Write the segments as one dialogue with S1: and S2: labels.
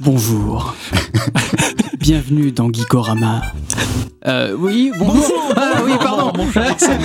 S1: Bonjour. Bienvenue dans Geekorama. Euh, oui, bonjour. Ah, oui, pardon.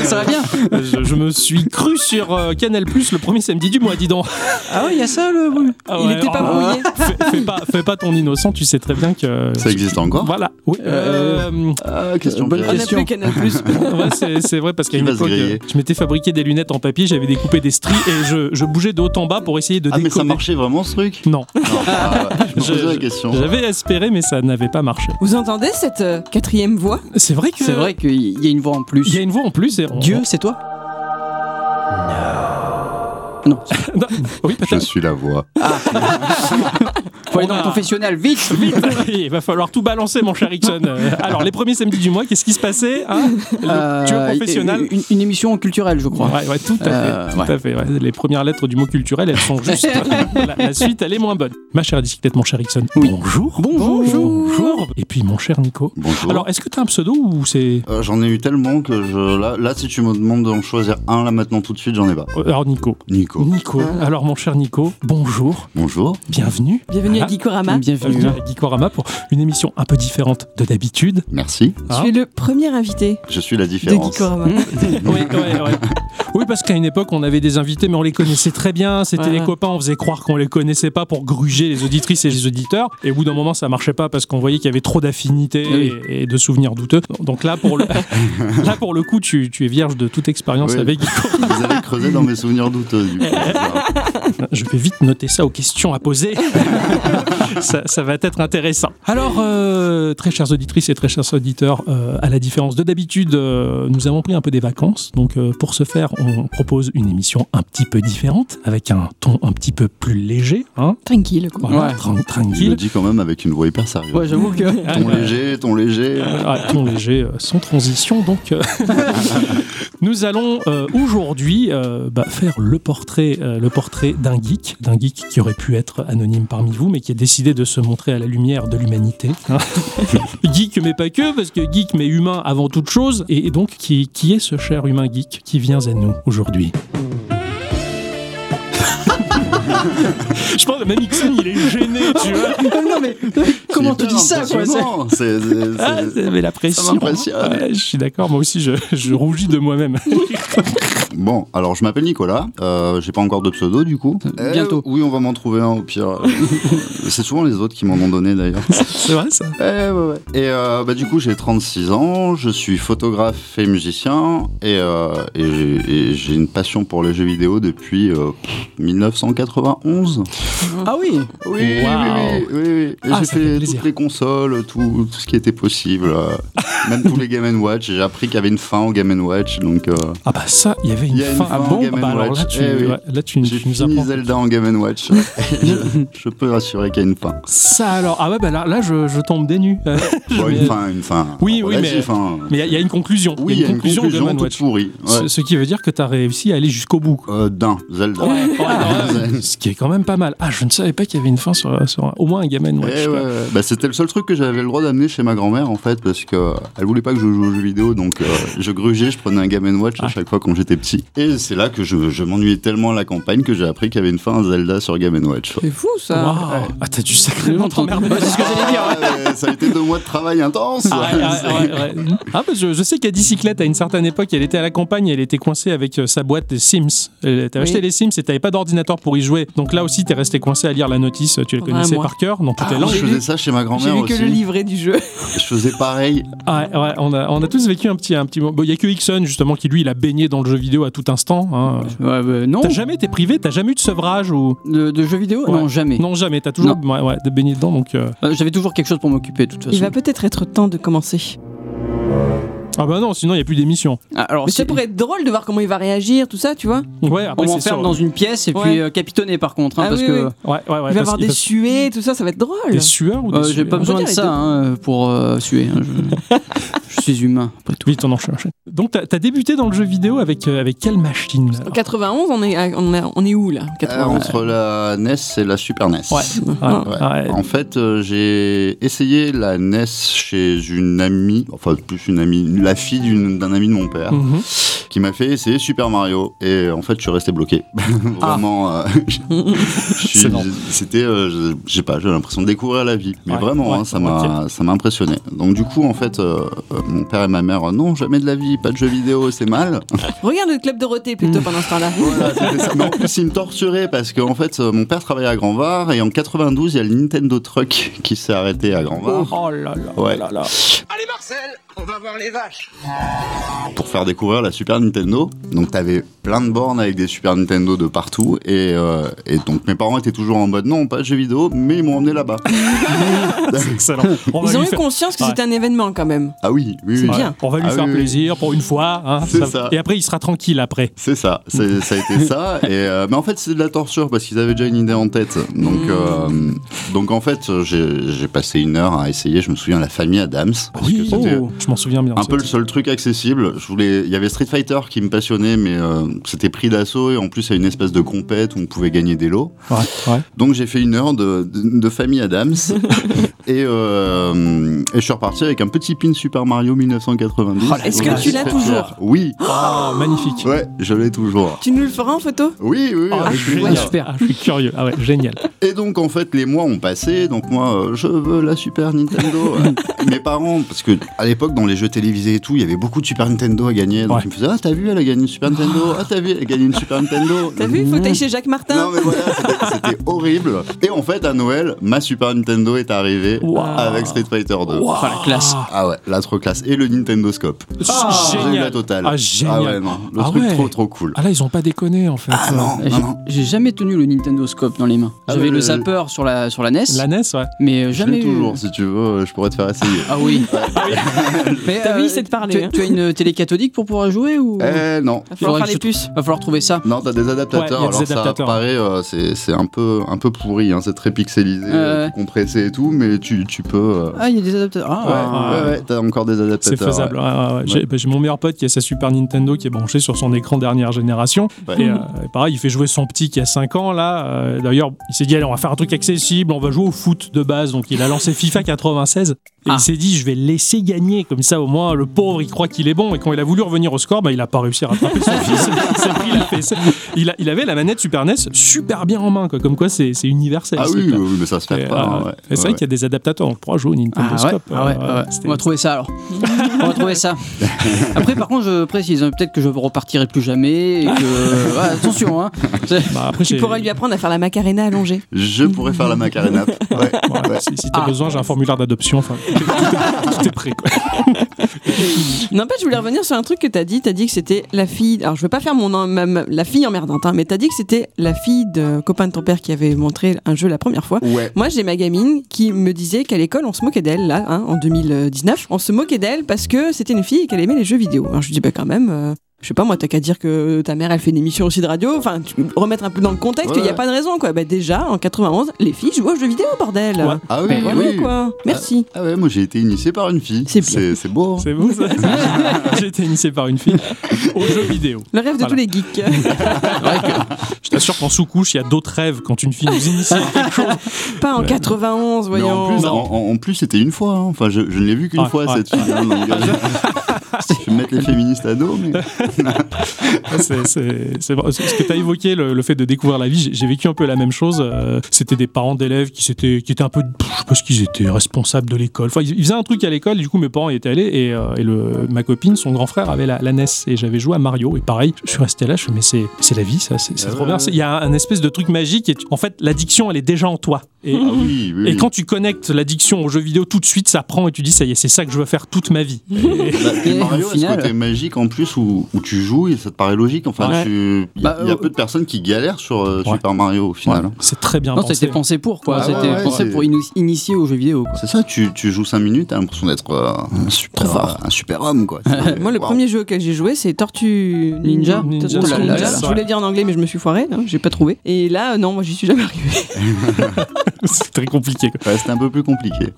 S1: Ça va bien
S2: je, je me suis cru sur euh, Canal Plus le premier samedi du mois, dis donc.
S1: Ah oui, il y a ça le.
S2: Ah
S1: Il
S2: ouais,
S1: était pas
S2: oh,
S1: brouillé.
S2: fais, fais pas, fais pas ton innocent, tu sais très bien que.
S3: Ça existe encore
S2: Voilà. Oui.
S1: Euh,
S2: euh,
S3: Ah, question
S1: Bonne
S3: piège.
S1: question.
S4: On n'a plus Canal Plus.
S1: Euh.
S2: ouais, c'est c'est vrai parce qu'à
S3: Qui
S2: une
S3: va se
S2: époque,
S3: griller
S2: euh, je m'étais fabriqué des lunettes en papier, j'avais découpé des stries et je, je bougeais de haut en bas pour essayer de
S3: Ah, mais ça
S2: décoder.
S3: marchait vraiment ce truc
S2: Non,
S3: Non, ah, ouais, Je me
S2: Je-
S3: posais la question.
S2: j'avais espéré, mais ça n'avait pas marché.
S4: Vous entendez cette euh, quatrième voix
S2: C'est vrai que.
S1: C'est vrai qu'il y a une voix en plus. Oh.
S2: Il y a une voix en plus. Et on-
S1: Dieu, c'est toi
S2: Non, oui,
S3: Je
S2: peut-être.
S3: suis la voix.
S1: Faut aller
S2: On
S1: dans le
S2: a-
S1: confessionnal, vite
S2: Vite, bah, il va falloir tout balancer, mon cher Ixon. Euh, Alors, les premiers samedis du mois, qu'est-ce qui se passait hein Le
S1: Euh,
S2: duo professionnel.
S1: Une, une émission culturelle, je crois.
S2: Ouais, ouais, tout à
S1: Euh,
S2: fait. Tout
S1: ouais.
S2: à fait ouais. Les premières lettres du mot culturel, elles sont justes. la, la suite, elle est moins bonne. Ma chère disquette, mon cher Ixon.
S1: Oui.
S2: Bonjour.
S1: Bonjour.
S2: Bonjour. Et puis, mon cher Nico.
S3: Bonjour.
S2: Alors, est-ce que t'as un pseudo ou c'est.
S3: Euh, j'en ai eu tellement que je, là, là, si tu me demandes d'en choisir un là maintenant tout de suite, j'en ai pas.
S2: Euh, Alors, Nico.
S3: Nico.
S2: Nico.
S1: Ah.
S2: Alors, mon cher Nico, bonjour.
S3: Bonjour.
S2: Bienvenue.
S4: Bienvenue
S2: Ah.
S4: à Geekorama.
S1: Bienvenue.
S2: Bienvenue à Geekorama pour une émission un peu différente de d'habitude.
S3: Merci.
S2: Ah. Hmm.
S4: Tu es le premier invité
S3: Je suis la
S4: de
S3: différence.
S4: Geekorama.
S2: Oui, ouais, ouais. oui, parce qu'à une époque, on avait des invités, mais on les connaissait très bien. C'était
S4: Ouais.
S2: les copains, on faisait croire qu'on les connaissait pas pour gruger les auditrices et les auditeurs. Et au bout d'un moment, ça marchait pas parce qu'on voyait qu'il y avait trop d'affinités
S1: Oui.
S2: et, et de souvenirs douteux. Donc là, pour le, là, pour le coup, tu, tu es vierge de toute expérience
S3: Oui.
S2: avec Geeko.
S3: Vous avez creusé dans mes souvenirs douteux. Du coup.
S2: Ah, Je vais vite noter ça aux questions à poser. ça, ça va être intéressant. Alors, euh, très chères auditrices et très chers auditeurs, euh, à la différence de d'habitude, euh, nous avons pris un peu des vacances. Donc, euh, pour ce faire, on propose une émission un petit peu différente, avec un ton un petit peu plus léger. hein.
S4: Tranquille, quoi.
S2: Voilà,
S1: Ouais.
S2: tran-
S3: Tu le
S2: tranquille.
S3: dis quand même avec une voix hyper sérieuse.
S1: Ouais, j'avoue que.
S2: Ah,
S3: ton
S2: bah,
S3: léger, ton léger.
S2: ah, ton léger, euh, sans transition. Donc, euh, nous allons euh, aujourd'hui euh, bah, faire le portrait, euh, le portrait d'un geek, d'un geek qui aurait pu être anonyme parmi vous, mais qui a décidé de se montrer à la lumière de l'humanité. hein. geek, mais pas que, parce que geek, mais humain avant toute chose. Et, et donc, qui, qui est ce cher humain geek qui vient à nous aujourd'hui Je pense que même Ixon, il est gêné, tu vois.
S1: non, mais comment
S3: C'est
S1: tu
S3: hyper
S1: dis ça, quoi c'est-
S3: impressionnant. C'est- c'est-
S2: Ah,
S3: c'est-
S2: mais la pression. hein.
S3: m'impressionne.
S2: Ouais, je suis d'accord, moi aussi, je, je rougis de moi-même.
S3: Bon, alors je m'appelle Nicolas, euh, j'ai pas encore de pseudo du coup. Eh,
S1: Bientôt.
S3: oui, on va m'en trouver un au pire. C'est souvent les autres qui m'en ont donné d'ailleurs.
S2: C'est vrai, ça
S3: Eh, ouais, ouais. Et euh, bah, du coup, j'ai 36 ans, je suis photographe et musicien, et, euh, et j'ai- et j'ai une passion pour les jeux vidéo depuis euh, pff, 1991.
S1: Ah oui
S3: Oui, oui, oui, oui, oui. Et
S2: Ah,
S3: j'ai
S2: ça fait
S3: fait,
S2: plaisir.
S3: toutes les consoles, tout, tout ce qui était possible, euh, même tous les Game Watch. J'ai appris qu'il y avait une fin au Game Watch, donc euh,
S2: Ah bah ça, il y avait une
S3: Il y a une
S2: fin.
S3: fin
S2: Ah
S3: en
S2: bon
S3: Game
S2: Bah alors là,
S3: Watch.
S2: tu,
S3: Eh oui.
S2: ouais, là, tu,
S3: j'ai
S2: tu nous
S3: fini
S2: apprends.
S3: Zelda en Game Watch. Et je, je peux rassurer qu'il y a une fin.
S2: Ça alors Ah ouais, bah là, là, je, je tombe des nues. Euh, je
S3: Bon,
S2: mets-
S3: une fin, une fin.
S2: Oui, oui, mais-
S3: relative, hein.
S2: Mais il y a- il y, a une conclusion.
S3: Oui, il y a une conclusion,
S2: de Man
S3: toute
S2: Watch.
S3: pourrie. Ouais.
S2: Ce, ce qui veut dire que tu as réussi à aller jusqu'au bout. quoi.
S3: Euh, D'un, Zelda.
S2: Ouais, ouais, ce qui est quand même pas mal. Ah, je ne savais pas qu'il y avait une fin sur, sur un- au moins un Game
S3: Eh
S2: Watch.
S3: ouais,
S2: quoi.
S3: ouais. Bah, c'était le seul truc que j'avais le droit d'amener chez ma grand-mère en fait parce que euh, elle voulait pas que je joue aux jeux vidéo donc euh, je grugeais, je prenais un Game Watch à
S2: Ah.
S3: chaque fois quand j'étais petit et c'est là que je, je m'ennuyais tellement à la campagne que j'ai appris qu'il y avait une fin à Zelda sur Game Watch.
S4: C'est fou, ça.
S2: Waouh. Ah, t'as dû sacrément t'emmerder.
S1: Ouais, c'est ce que j'allais dire.
S3: Ah, ouais, ça a été deux mois de travail intense.
S2: Ah, ouais, ouais, ouais, ouais. Ah, bah, je, je sais qu'à Dicyclette, à une certaine époque, elle était à la campagne, elle était coincée avec euh, sa boîte des Sims. Elle- T'avais
S4: Oui.
S2: acheté les Sims et t'avais pas d'ordinateur pour y jouer. Donc là aussi, t'es resté coincé à lire la notice, tu la
S4: Pendant
S2: connaissais
S4: un mois.
S2: par cœur, dans toutes
S3: Ah,
S2: les
S3: je
S2: langues.
S3: faisais ça chez ma
S4: J'ai
S3: grand-mère
S4: vu que le
S3: aussi.
S4: livret du jeu.
S3: Je faisais pareil. euh,
S2: Ah, ouais, ouais, on, a, on a tous vécu un petit, un petit moment. Bon, il y a que Ixon, justement, qui lui, il a baigné dans le jeu vidéo à tout instant. hein.
S1: Ouais, bah, non
S5: Oh.
S2: T'as jamais été privé, t'as jamais eu de sevrage ou.
S1: de, de jeux vidéo
S2: Ouais.
S1: Non, jamais.
S2: Non, jamais, t'as toujours ouais, ouais, de baigné dedans. Donc, euh,
S1: Euh, J'avais toujours quelque chose pour m'occuper, de toute façon.
S4: Il va peut-être être temps de commencer.
S2: Oh, Ah bah non, sinon, il n'y a plus d'émission.
S1: Ah, Alors,
S4: Mais ça
S1: c'est
S4: pourrait être drôle de voir comment il va réagir, tout ça, tu vois.
S2: Ouais,
S1: On
S2: après, c'est
S1: m'enferme
S2: sûr.
S1: dans une pièce et
S4: Ouais.
S1: puis euh, capitonner par contre, hein,
S4: Ah
S1: parce
S4: oui,
S1: que
S4: oui.
S2: Ouais, ouais, ouais.
S4: il va
S2: parce-
S4: avoir des
S2: parce-
S4: suées, tout ça, ça va être drôle.
S2: des sueurs ou des
S1: euh, j'ai
S2: sueurs
S1: pas besoin de
S4: dire les
S1: ça
S4: deux.
S1: hein, pour euh, suer. hein, je... je suis humain. après tout.
S2: Oui, t'en enchaînes. enchaînes. Donc, t'as as débuté dans le jeu vidéo avec, euh, avec quelle machine là
S4: En 91, on est, à- on est, on est où là
S3: Euh,
S4: 91.
S3: entre la NES et la Super NES.
S2: Ah,
S3: Ouais.
S2: ah,
S3: En fait, euh, j'ai essayé la NES chez une amie, enfin plus une amie, la fille d'une- d'un ami de mon père,
S2: mhm.
S3: qui m'a fait essayer Super Mario. Et en fait, je suis resté bloqué. vraiment, euh, je suis-
S2: Ah. C'est bon.
S3: c'était, euh, je- je sais pas, j'ai l'impression de découvrir la vie. Mais
S2: Ouais,
S3: vraiment,
S2: ouais,
S3: hein, ça m'a, ça m'a impressionné. Donc du coup, en fait, euh, euh, mon père et ma mère, euh, non, jamais de la vie, pas de jeux vidéo, c'est mal.
S4: Regarde le club Dorothée
S2: Hmm.
S4: plutôt pendant ce temps-là.
S3: Voilà, c'était ça. Mais en plus, il me torturait parce qu'en fait, euh, mon père travaillait à Grand Var et en 92, il y a le Nintendo Truck qui s'est arrêté à Grand Var.
S2: Oh là là
S3: Ouais.
S2: là là.
S6: Allez Marcel, on va voir les vaches.
S3: pour faire découvrir la Super Nintendo. Donc t'avais plein de bornes avec des Super Nintendo de partout et, euh, et donc mes parents étaient toujours en mode non pas de jeux vidéo mais ils m'ont emmené là-bas.
S2: Excellent. On va
S4: Ils ont
S2: lui
S4: eu
S2: faire-
S4: conscience que
S2: Ouais.
S4: c'était un événement quand même.
S3: ah oui oui oui.
S4: bien.
S2: Ouais, On va lui
S3: Ah
S2: faire
S3: oui, oui.
S2: plaisir pour une fois. hein,
S3: C'est
S2: ça-
S3: ça.
S2: Et après, il sera tranquille après.
S3: C'est ça, c'est- ça a été ça. Et, euh, mais en fait, c'est de la torture parce qu'ils avaient déjà une idée en tête. Donc, euh, donc en fait, j'ai j'ai passé une heure à essayer. Je me souviens, la famille Adams. Parce que c'était-
S2: oh, je m'en souviens bien.
S3: Ah un
S2: ça.
S3: peu le seul truc accessible. Je voulais, il y avait Street Fighter qui me passionnait, mais euh, c'était pris d'assaut et en plus à une espèce de compète où on pouvait gagner des lots.
S2: Ouais, ouais.
S3: Donc j'ai fait une heure de, de, de famille Adams et, euh, et je suis reparti avec un petit pin Super Mario 1992.
S2: Oh là
S4: Est-ce que
S2: là,
S4: tu l'as
S3: Très
S4: toujours
S3: fier. Oui,
S2: Oh, magnifique.
S3: ouais, je l'ai toujours.
S4: Tu nous le feras en photo
S3: Oui, oui, oui,
S2: Oh,
S3: avec
S2: génial.
S3: plaisir.
S1: super.
S2: Ah, je suis curieux. Ah ouais, génial.
S3: Et donc en fait les mois ont passé, donc moi euh, je veux la Super Nintendo. Mes parents, parce que à l'époque dans les jeux télévisés et tout, il y avait beaucoup de Super Nintendo à gagner, donc
S2: Ouais.
S3: ils me faisaient ah t'as vu elle a gagné une Super Nintendo, ah t'as vu elle a gagné une Super Nintendo.
S2: Euh,
S4: T'as vu, il faut que t'ailles chez Jacques Martin.
S3: Non mais voilà, c'était- c'était horrible. Et en fait à Noël, ma Super Nintendo est arrivée
S2: Wow.
S3: avec Street Fighter 2.
S2: Wow.
S1: Enfin, la classe.
S3: Ah ouais, la trop classe. Et le Nintendo Scope.
S2: Ah,
S3: J'ai eu
S2: génial.
S3: la totale.
S2: Ah, génial.
S3: Ah ouais, non, le
S2: Ah
S3: truc
S2: ouais.
S3: trop trop cool.
S2: Ah là, ils ont pas déconné en fait.
S3: Ah non,
S1: J'ai-
S3: non, non.
S1: J'ai jamais tenu le Nintendo Scope dans les mains.
S3: Ah,
S1: J'avais
S3: mais
S1: le
S3: le-
S1: zapper sur la, sur la NES,
S2: La NES, ouais.
S1: mais euh,
S3: Je
S1: jamais
S3: l'ai
S1: eu-
S3: toujours, si tu veux, je pourrais te faire essayer.
S1: Ah oui. Mais, euh,
S4: T'as vu, il sait te parler,
S1: Tu,
S4: hein.
S1: tu as une télé cathodique pour pouvoir jouer ou
S3: Eh non,
S4: Va falloir
S1: Faudrait
S4: faire
S1: que
S4: les
S1: je-
S4: puces.
S1: Va falloir trouver ça.
S3: Non, t'as des adaptateurs,
S2: Ouais, y a des
S3: alors
S2: adaptateurs.
S3: ça apparaît, euh, c'est c'est un peu, un peu pourri, hein, c'est très pixelisé,
S1: Ouais,
S3: euh,
S1: ouais.
S3: tout compressé et tout, mais tu, tu peux... euh,
S1: Ah, il y a des adaptateurs.
S3: ouais,
S1: Ah,
S3: ouais, ouais, t'as encore des
S2: C'est
S3: adaptateurs.
S2: faisable.
S3: ouais.
S2: ouais, ouais, ouais. J'ai bah, j'ai mon meilleur pote qui a sa Super Nintendo qui est branchée sur son écran dernière génération.
S3: Ouais.
S1: Mhm.
S2: Et, euh, et pareil, il fait jouer son petit qui a 5 ans là. Euh, D'ailleurs, il s'est dit allez, on va faire un truc accessible, on va jouer au foot de base. Donc il a lancé FIFA 96 et
S1: Ah.
S2: il s'est dit je vais le laisser gagner comme ça au moins le pauvre il croit qu'il est bon. Et quand il a voulu revenir au score, bah, il a pas réussi à rattraper son fils. Il s'est pris la fessée. Il, a- il avait la manette Super NES super bien en main quoi. Comme quoi c'est c'est universel.
S3: Ah
S2: c'est
S3: oui,
S2: clair.
S3: oui, mais ça se
S2: Et,
S3: fait pas.
S2: euh,
S3: ouais.
S2: et c'est vrai
S3: Ouais,
S2: qu'il y a des adaptateurs, on pourra jouer au Nintendo
S1: Ah ouais,
S2: Scope.
S1: ah ouais,
S2: euh,
S1: ah ouais.
S2: c'était-
S1: On va trouver ça alors. On va trouver ça. Après, par contre, je précise, hein, peut-être que je repartirai plus jamais. Et que... Ouais, attention, hein. C'est-
S2: Bah, après,
S4: Tu
S2: j'ai-
S4: pourras lui apprendre à faire la macarena allongée.
S3: ouais. Je pourrais faire la Macarena. Ouais.
S2: Ouais, Si, si t'as
S1: Ah.
S2: besoin, j'ai un formulaire d'adoption. Enfin, tout est- tout est prêt. Quoi.
S4: N'empêche, je voulais revenir sur un truc que t'as dit. T'as dit que c'était la fille. Alors, je veux pas faire mon en- ma- ma- la fille emmerdante, hein, mais t'as dit que c'était la fille de copain de ton père qui avait montré un jeu la première fois.
S3: Ouais.
S4: Moi, j'ai ma gamine qui me disait qu'à l'école, on se moquait d'elle, là, hein, en 2019. On se moquait d'elle parce que c'était une fille et qu'elle aimait les jeux vidéo. Alors, je lui dis, bah, quand même, euh, je sais pas, moi, t'as qu'à dire que ta mère, elle fait une émission aussi de radio. Enfin, tu- remettre un peu dans le contexte, il
S3: Ouais,
S4: n'y a
S3: ouais.
S4: pas de raison, quoi. Bah, déjà, en 91, les filles jouaient aux jeux vidéo, bordel.
S2: Ouais.
S3: Ah oui,
S1: Mais
S4: Voilà,
S3: oui.
S4: quoi. Merci.
S3: Ah ouais, moi j'ai été initié par une fille.
S4: C'est bien.
S3: C'est c'est beau. hein.
S2: C'est bon ça J'ai été initié par une fille aux jeux vidéo.
S4: Le rêve de
S2: Voilà.
S4: tous les geeks.
S2: Je t'assure qu'en sous-couche, il y a d'autres rêves quand une fille nous initie à quelque chose.
S4: pas en
S2: Ouais.
S4: 91,
S3: Mais
S4: voyons.
S3: en plus, en, en- en plus, c'était une fois. hein. Enfin, je, je ne l'ai vu qu'une
S2: Ouais,
S3: fois
S2: ouais.
S3: cette fille. hein, donc, euh, je vais mettre les féministes à dos, mais. Ah
S2: Ah, C'est- c'est- c'est vrai. Ce que tu as évoqué, le, le fait de découvrir la vie, j'ai- j'ai vécu un peu la même chose. Euh, C'était des parents d'élèves qui, s'étaient- qui étaient un peu. pff, Je sais pas ce qu'ils étaient, responsables de l'école. Enfin, ils, ils faisaient un truc à l'école, du coup, mes parents y étaient allés et, euh, et le, ma copine, son grand frère, avait la, la NES et j'avais joué à Mario. Et pareil, je suis resté là, je fais, mais c'est c'est la vie, ça, c'est c'est
S3: Ah
S2: trop
S3: ouais,
S2: bien.
S3: ouais.
S2: C'est- Il y a un, un espèce de truc magique et tu- en fait, l'addiction, elle est déjà en toi. Et,
S3: Ah oui, oui.
S2: Et
S3: oui.
S2: quand tu connectes l'addiction aux jeux vidéo, tout de suite, ça prend et tu dis, ça y est, c'est ça que je veux faire toute ma vie. Et-
S3: Bah, puis
S1: Et
S3: Mario
S1: au
S3: a
S1: final-
S3: ce côté magique en plus où, où tu joues et ça te paraît logique. Enfin,
S2: Ouais.
S3: tu- il y, a-
S1: Bah,
S3: il y
S1: euh,
S3: a peu de personnes qui galèrent sur euh,
S2: Ouais.
S3: Super Mario au final.
S2: Ouais, c'est très bien
S1: Non,
S2: pensé.
S1: c'était pensé pour, quoi.
S3: Ah
S1: c'était
S3: ouais, ouais,
S1: pensé
S3: c'est-
S1: pour ini- initier aux jeux vidéo, quoi.
S3: C'est ça, tu, tu joues 5 minutes, t'as l'impression d'être euh, un, super, un super homme quoi. C'est-
S4: Moi, le
S3: waouh.
S4: premier jeu auquel j'ai joué, c'est Tortue
S1: Ninja.
S4: Ninja.
S2: Ninja.
S4: Tortue
S1: Oh là là,
S4: Ninja.
S2: là.
S4: hein, Je voulais dire en anglais, mais je me suis foiré, j'ai pas trouvé. Et là, euh, non, moi, j'y suis jamais arrivé.
S2: c'est très compliqué. quoi.
S3: Ouais, C'était un peu plus compliqué.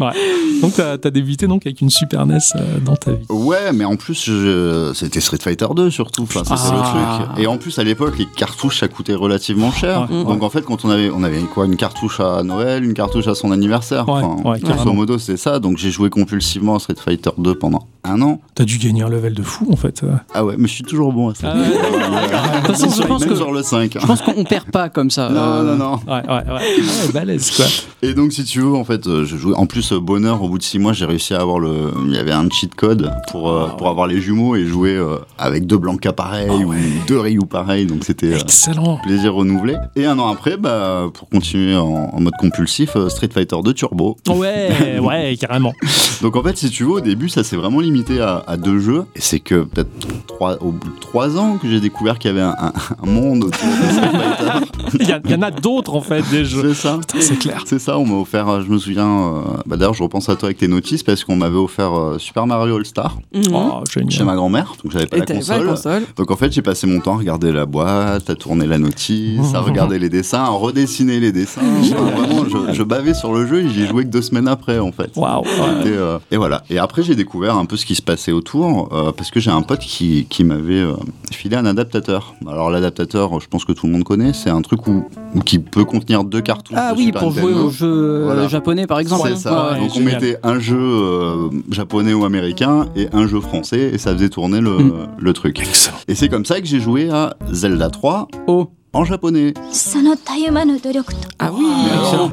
S2: Donc, t'as as débuté donc, avec une Super NES euh, dans ta vie.
S3: Ouais, mais en plus, je- c'était Street Fighter 2 surtout. Enfin, ça, c'est
S1: Ah.
S3: le truc. Et en plus, à l'époque, les cartouches, ça coûtait relativement cher.
S2: Ouais,
S3: Donc en fait, quand on avait, on avait quoi, une cartouche à Noël, une cartouche à son anniversaire.
S2: Ouais,
S3: enfin,
S2: ouais, carrément.
S3: grosso modo, c'est ça. Donc j'ai joué compulsivement à Street Fighter 2 pendant un an.
S2: T'as dû gagner un level de fou, en fait.
S3: Ah ouais, mais je suis toujours bon à ça.
S2: Ah ouais,
S1: De toute façon, je pense
S3: Même
S1: que-
S3: sur le 5. hein.
S1: Je pense qu'on perd pas comme ça.
S3: Non,
S1: Euh,
S3: non, non.
S2: Ouais, ouais, ouais. Ouais, balèze, quoi.
S3: Et donc, si tu veux, en fait, euh, je jouais. En plus, euh, bonheur, au bout de 6 mois, j'ai réussi à avoir le. Il y avait un cheat code pour, euh,
S2: Ah
S3: pour avoir les jumeaux et jouer euh, avec deux Blanca
S1: Ah
S3: pareils ou deux Ryu pareils. Donc, c'était. euh,
S2: Excellent.
S3: Plaisir renouvelé. Et un an après, bah, pour continuer en, en mode compulsif, euh, Street Fighter 2 Turbo.
S1: Oh.
S2: Ouais, ouais, carrément.
S3: Donc en fait, si tu veux, au début, ça s'est vraiment limité à, à deux jeux. Et c'est que peut-être trois- au bout de trois ans que j'ai découvert qu'il y avait un, un- un monde autour de Street Fighter.
S2: Il y, a- il y en a d'autres, en fait, des jeux.
S3: C'est ça.
S2: C'est clair.
S3: C'est ça, on m'a offert, euh, je me souviens, euh, bah d'ailleurs je repense à toi avec tes notices parce qu'on m'avait offert euh, Super Mario All Star
S4: Mhm.
S2: Oh,
S3: chez
S2: génial.
S3: ma grand-mère, donc j'avais pas
S4: Et
S3: la
S4: t'avais pas
S3: console.
S4: la console.
S3: Donc en fait j'ai passé mon temps à regarder la boîte, à tourner la notice, à regarder les dessins, à redessiner les dessins. Enfin, vraiment, je, je bavais sur le jeu et j'y ai joué que deux semaines après en fait.
S2: Waouh. ouais.
S3: Et, euh, et voilà. Et après, j'ai découvert un peu ce qui se passait autour, euh, parce que j'ai un pote qui, qui m'avait euh, filé un adaptateur. Alors, l'adaptateur, je pense que tout le monde connaît, c'est un truc où, où- qui peut contenir deux cartouches.
S1: Ah
S3: de
S1: oui,
S3: Super
S1: pour jouer
S3: Nintendo.
S1: aux jeux euh,
S3: Voilà.
S1: japonais par exemple. hein.
S3: C'est ça.
S1: Ouais,
S3: Donc, on
S2: génial.
S3: mettait un jeu euh, japonais ou américain et un jeu français, et ça faisait tourner le, le truc.
S2: Hmm. Excellent.
S3: Et c'est comme ça que j'ai joué à Zelda 3
S1: Oh.
S3: en japonais.
S7: そのたゆまぬ努力と
S4: Ah oui
S1: Excellent.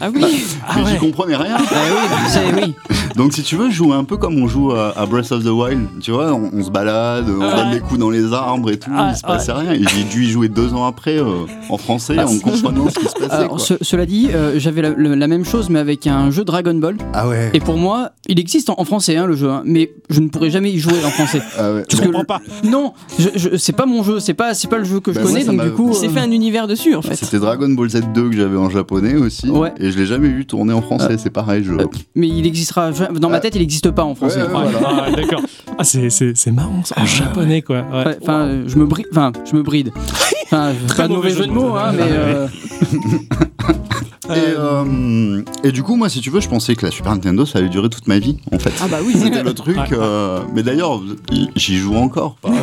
S4: Ah oui
S3: Mais
S2: Ah
S3: j'y
S2: ouais.
S3: comprenais rien.
S1: Ah oui, c'est oui.
S3: Donc si tu veux, je joue un peu comme on joue à, à Breath of the Wild, tu vois, on, on se balade, on
S2: Ouais.
S3: donne des coups dans les arbres et tout,
S2: Ah,
S3: il se passait rien. Et j'ai dû y jouer deux ans après euh, en français, en comprenant ce qui se passait.
S1: Alors,
S3: quoi.
S1: ce- cela dit, euh, j'avais la, le- la même chose mais avec un jeu Dragon Ball.
S3: Ah ouais.
S1: Et pour moi, il existe en, en français hein, le jeu, hein, mais je ne pourrais jamais y jouer en français.
S3: Ah ouais.
S2: Tu
S1: Parce que
S2: comprends
S1: le-
S2: pas.
S1: Non, je, je- c'est pas mon jeu, c'est pas, c'est pas le jeu que je
S3: Bah, moi,
S1: connais,
S3: ça
S1: donc
S3: m'a-
S1: du coup.
S4: Il s'est
S1: euh,
S4: fait un univers dessus en fait.
S3: C'était Dragon Ball Z2 que j'avais en japonais aussi,
S1: Ouais.
S3: et je l'ai jamais vu tourner en français, c'est pareil, je...
S1: Euh,
S5: Ah.
S1: Mais il existera. je- Dans ma tête, il n'existe pas en français.
S3: Ouais, ouais,
S2: Ouais,
S3: Voilà.
S2: ah, D'accord. Ah, c'est- c'est c'est marrant, ça. En japonais, quoi. Ouais.
S1: Ouais, Enfin, euh, je me bride. Enfin, je me bride. Enfin, je-
S2: Très
S1: pas de mauvais jeu de mots, hein, mais. euh,
S3: et, euh, et du coup, moi, si tu veux, je pensais que la Super Nintendo, ça allait durer toute ma vie, en fait.
S4: Ah bah oui
S3: C'était le truc,
S2: Ouais.
S3: euh, mais d'ailleurs, j'y joue encore. pareil.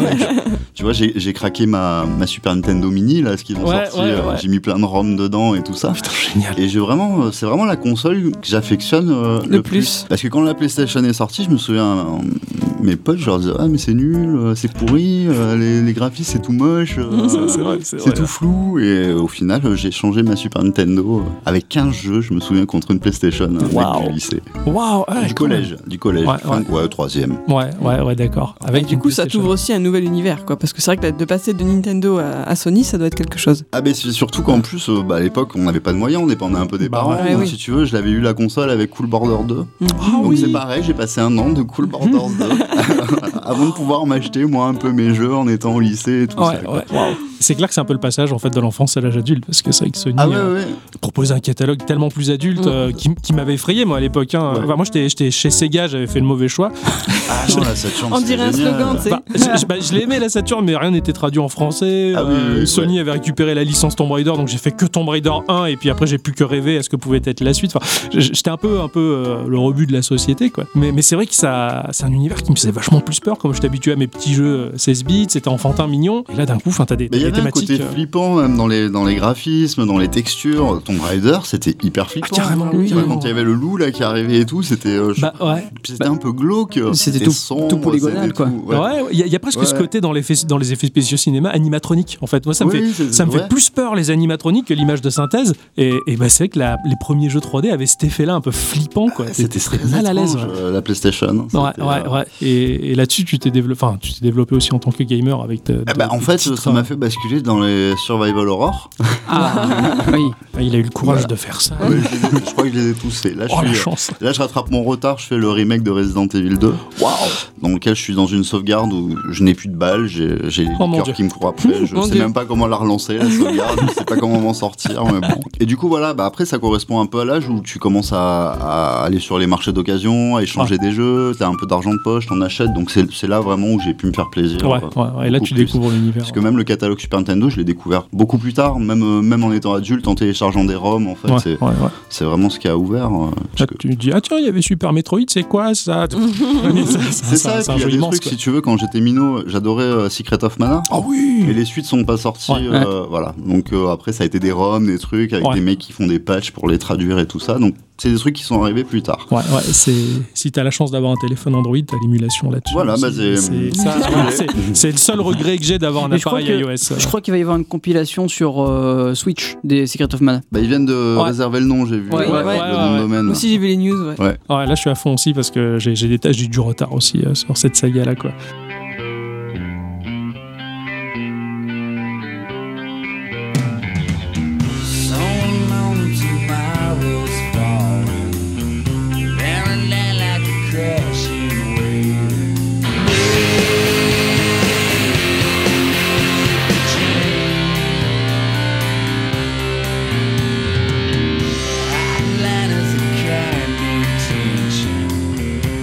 S3: tu vois, j'ai j'ai craqué ma, ma Super Nintendo Mini, là, ce qu'ils ont
S2: Ouais,
S3: sorti,
S2: ouais,
S3: euh,
S2: ouais.
S3: j'ai mis plein de ROM dedans et tout ça.
S2: Putain, génial.
S3: Et j'ai vraiment, euh, c'est vraiment la console que j'affectionne euh, le,
S1: Le
S3: plus.
S1: plus.
S3: Parce que quand la PlayStation est sortie, je me souviens, euh, mes potes, je leur disais, ah mais c'est nul, euh, c'est pourri, euh, les, les graphismes c'est tout moche, euh,
S2: C'est c'est vrai, c'est
S3: c'est
S2: vrai.
S3: tout flou. Et euh, au final, euh, j'ai changé ma Super Nintendo euh, avec 15 jeux, je me souviens, contre une PlayStation euh, mec
S2: Waouh.
S3: du lycée,
S2: Waouh. ouais,
S3: du
S2: quand même.
S3: collège, du collège,
S2: Ouais,
S3: Fin- ouais, troisième.
S2: Ouais, ouais, ouais, d'accord.
S3: Ah,
S2: Avec
S4: Et du
S2: une
S4: coup, ça
S2: PlayStation.
S4: t'ouvre aussi un nouvel univers, quoi. Parce que c'est vrai que de passer de Nintendo à, à Sony, ça doit être quelque chose.
S3: Ah ben c'est surtout qu'en plus euh, bah, à l'époque on n'avait pas de moyens, on dépendait un peu des
S2: Bah
S3: parents.
S4: ouais,
S3: Donc,
S4: oui.
S3: Si tu veux, je l'avais eu la console avec Cool Border 2.
S4: Mhm.
S2: Ah
S3: Donc
S2: oui.
S3: c'est pareil, j'ai passé un an de Cool Borders 2 avant de pouvoir m'acheter moi un peu mes jeux en étant au lycée et tout ça.
S2: Ouais,
S3: quoi.
S2: ouais. C'est clair que c'est un peu le passage en fait de l'enfance à l'âge adulte parce que c'est vrai que Sony
S3: Ah ouais,
S2: euh,
S3: ouais.
S2: propose un catalogue tellement plus adulte euh, qui, qui m'avait effrayé moi à l'époque. hein.
S3: Ouais.
S2: Enfin, moi j'étais j'étais chez Sega, j'avais fait le mauvais choix.
S3: Ah non, la Saturn,
S4: On
S3: c'est
S4: dirait un
S3: génial.
S4: slogan, tu sais.
S2: Bah, je, je- bah, je l'aimais la Saturn, mais rien n'était traduit en français.
S3: Ah oui,
S2: Euh,
S3: oui, oui,
S2: Sony avait récupéré la licence Tomb Raider, donc j'ai fait que Tomb Raider 1, et puis après j'ai plus que rêver à ce que pouvait être la suite. Enfin, j- j'étais un peu, un peu euh, le rebut de la société, quoi. Mais, mais c'est vrai que ça, c'est un univers qui me faisait vachement plus peur, comme je habitué à mes petits jeux 16 bits, c'était enfantin, mignon. Et là d'un coup, enfin, t'as des,
S3: Mais il y
S2: t'as des
S3: avait un
S2: thématiques.
S3: côté
S2: euh,
S3: flippant même dans les, dans les graphismes, dans les textures. Tomb Raider, c'était hyper flippant.
S2: Ah, carrément,
S3: Tu vois,
S2: oui.
S3: Quand il y avait le loup là qui arrivait et tout, c'était euh, je-
S2: bah ouais,
S3: puis c'était un peu glauque.
S1: C'était tout-
S3: sombre,
S1: tout polygonal,
S3: c'était
S1: quoi.
S3: tout- ouais.
S2: ouais, il y, a- il y a presque
S3: Ouais.
S2: ce côté dans les, effets- dans les effets spéciaux cinéma animatronique. En fait, moi ça me fait
S3: Oui, c'est-
S2: Ça me
S3: ouais.
S2: fait plus peur les animatroniques que l'image de synthèse. Et, et bah, c'est vrai que la- les premiers jeux 3D avaient cet effet-là un peu flippant, quoi.
S3: Ah, C'était très
S2: mal à l'aise.
S3: étrange,
S2: ouais.
S3: euh, La PlayStation.
S2: Ouais,
S3: C'était,
S2: ouais,
S3: euh,
S2: ouais. Et, et là-dessus, tu t'es développé, enfin, tu t'es développé aussi en tant que gamer avec. ta-
S3: Ah bah,
S2: ta-
S3: en
S2: tes
S3: fait,
S2: titres,
S3: ça m'a fait basculer dans les Survival Horror.
S1: Ah, oui.
S2: hein. Il a eu le courage de faire ça.
S3: Ouais, je, les ai- je crois que je les ai toussés. Là, je
S2: Oh
S3: suis,
S2: la
S3: euh,
S2: chance.
S3: Là, je rattrape mon retard, je fais le remake de Resident Evil 2,
S2: Waouh.
S3: dans lequel je suis dans une sauvegarde où je n'ai plus de balles, j'ai j'ai le
S2: Oh, mon Dieu.
S3: cœur qui me court après, je
S4: Mon
S3: sais
S4: Dieu.
S3: même pas comment la relancer, la sauvegarde, je sais pas comment m'en sortir, mais bon. Et du coup, voilà, bah, après, ça correspond un peu à l'âge où tu commences à, à aller sur les marchés d'occasion, à échanger des jeux, t'as un peu d'argent de poche, t'en achètes, donc c'est c'est là vraiment où j'ai pu me faire plaisir.
S2: Ouais,
S3: euh,
S2: ouais, ouais. Et là,
S3: beaucoup
S2: tu
S3: plus.
S2: découvres l'univers.
S3: Parce que même le catalogue Super Nintendo, je l'ai découvert beaucoup plus tard, même, euh, même en étant adulte, en téléchargeant Sergent des Roms, en fait.
S2: Ouais,
S3: c'est-
S2: ouais, ouais.
S3: C'est vraiment ce qui a ouvert. euh, parce
S2: Là,
S3: que-
S2: tu dis, ah tiens, il y avait Super Metroid, c'est quoi ça
S3: C'est
S2: C'est
S3: ça, et puis il y a des trucs, si tu veux, quand j'étais minot, j'adorais euh, Secret of Mana.
S2: Ah
S3: Mais
S2: oui
S3: les suites sont pas sorties,
S2: Ouais.
S3: euh, voilà. Donc euh, après, ça a été des roms, des trucs, avec
S2: Ouais.
S3: des mecs qui font des patchs pour les traduire et tout ça. Donc c'est des trucs qui sont arrivés plus tard.
S2: Ouais, ouais, c'est... si t'as la chance d'avoir un téléphone Android, t'as l'émulation là-dessus.
S3: Voilà, bah, c'est-
S2: c'est... ça, voilà, c'est- c'est le seul regret que j'ai d'avoir un
S5: Mais je crois
S2: appareil
S5: que-
S2: iOS.
S5: Je crois qu'il va y avoir une compilation sur euh, Switch des Secret of Mana.
S3: Bah, ils viennent de
S2: Ouais.
S3: réserver le nom, j'ai vu,
S5: Ouais,
S3: euh,
S5: ouais,
S3: le
S2: ouais,
S3: nom
S2: ouais.
S3: de domaine.
S4: Aussi, j'ai vu les news, ouais.
S2: Ouais, là, je suis à fond aussi parce que j'ai, j'ai des tâches, j'ai du retard aussi euh, sur cette saga-là, quoi.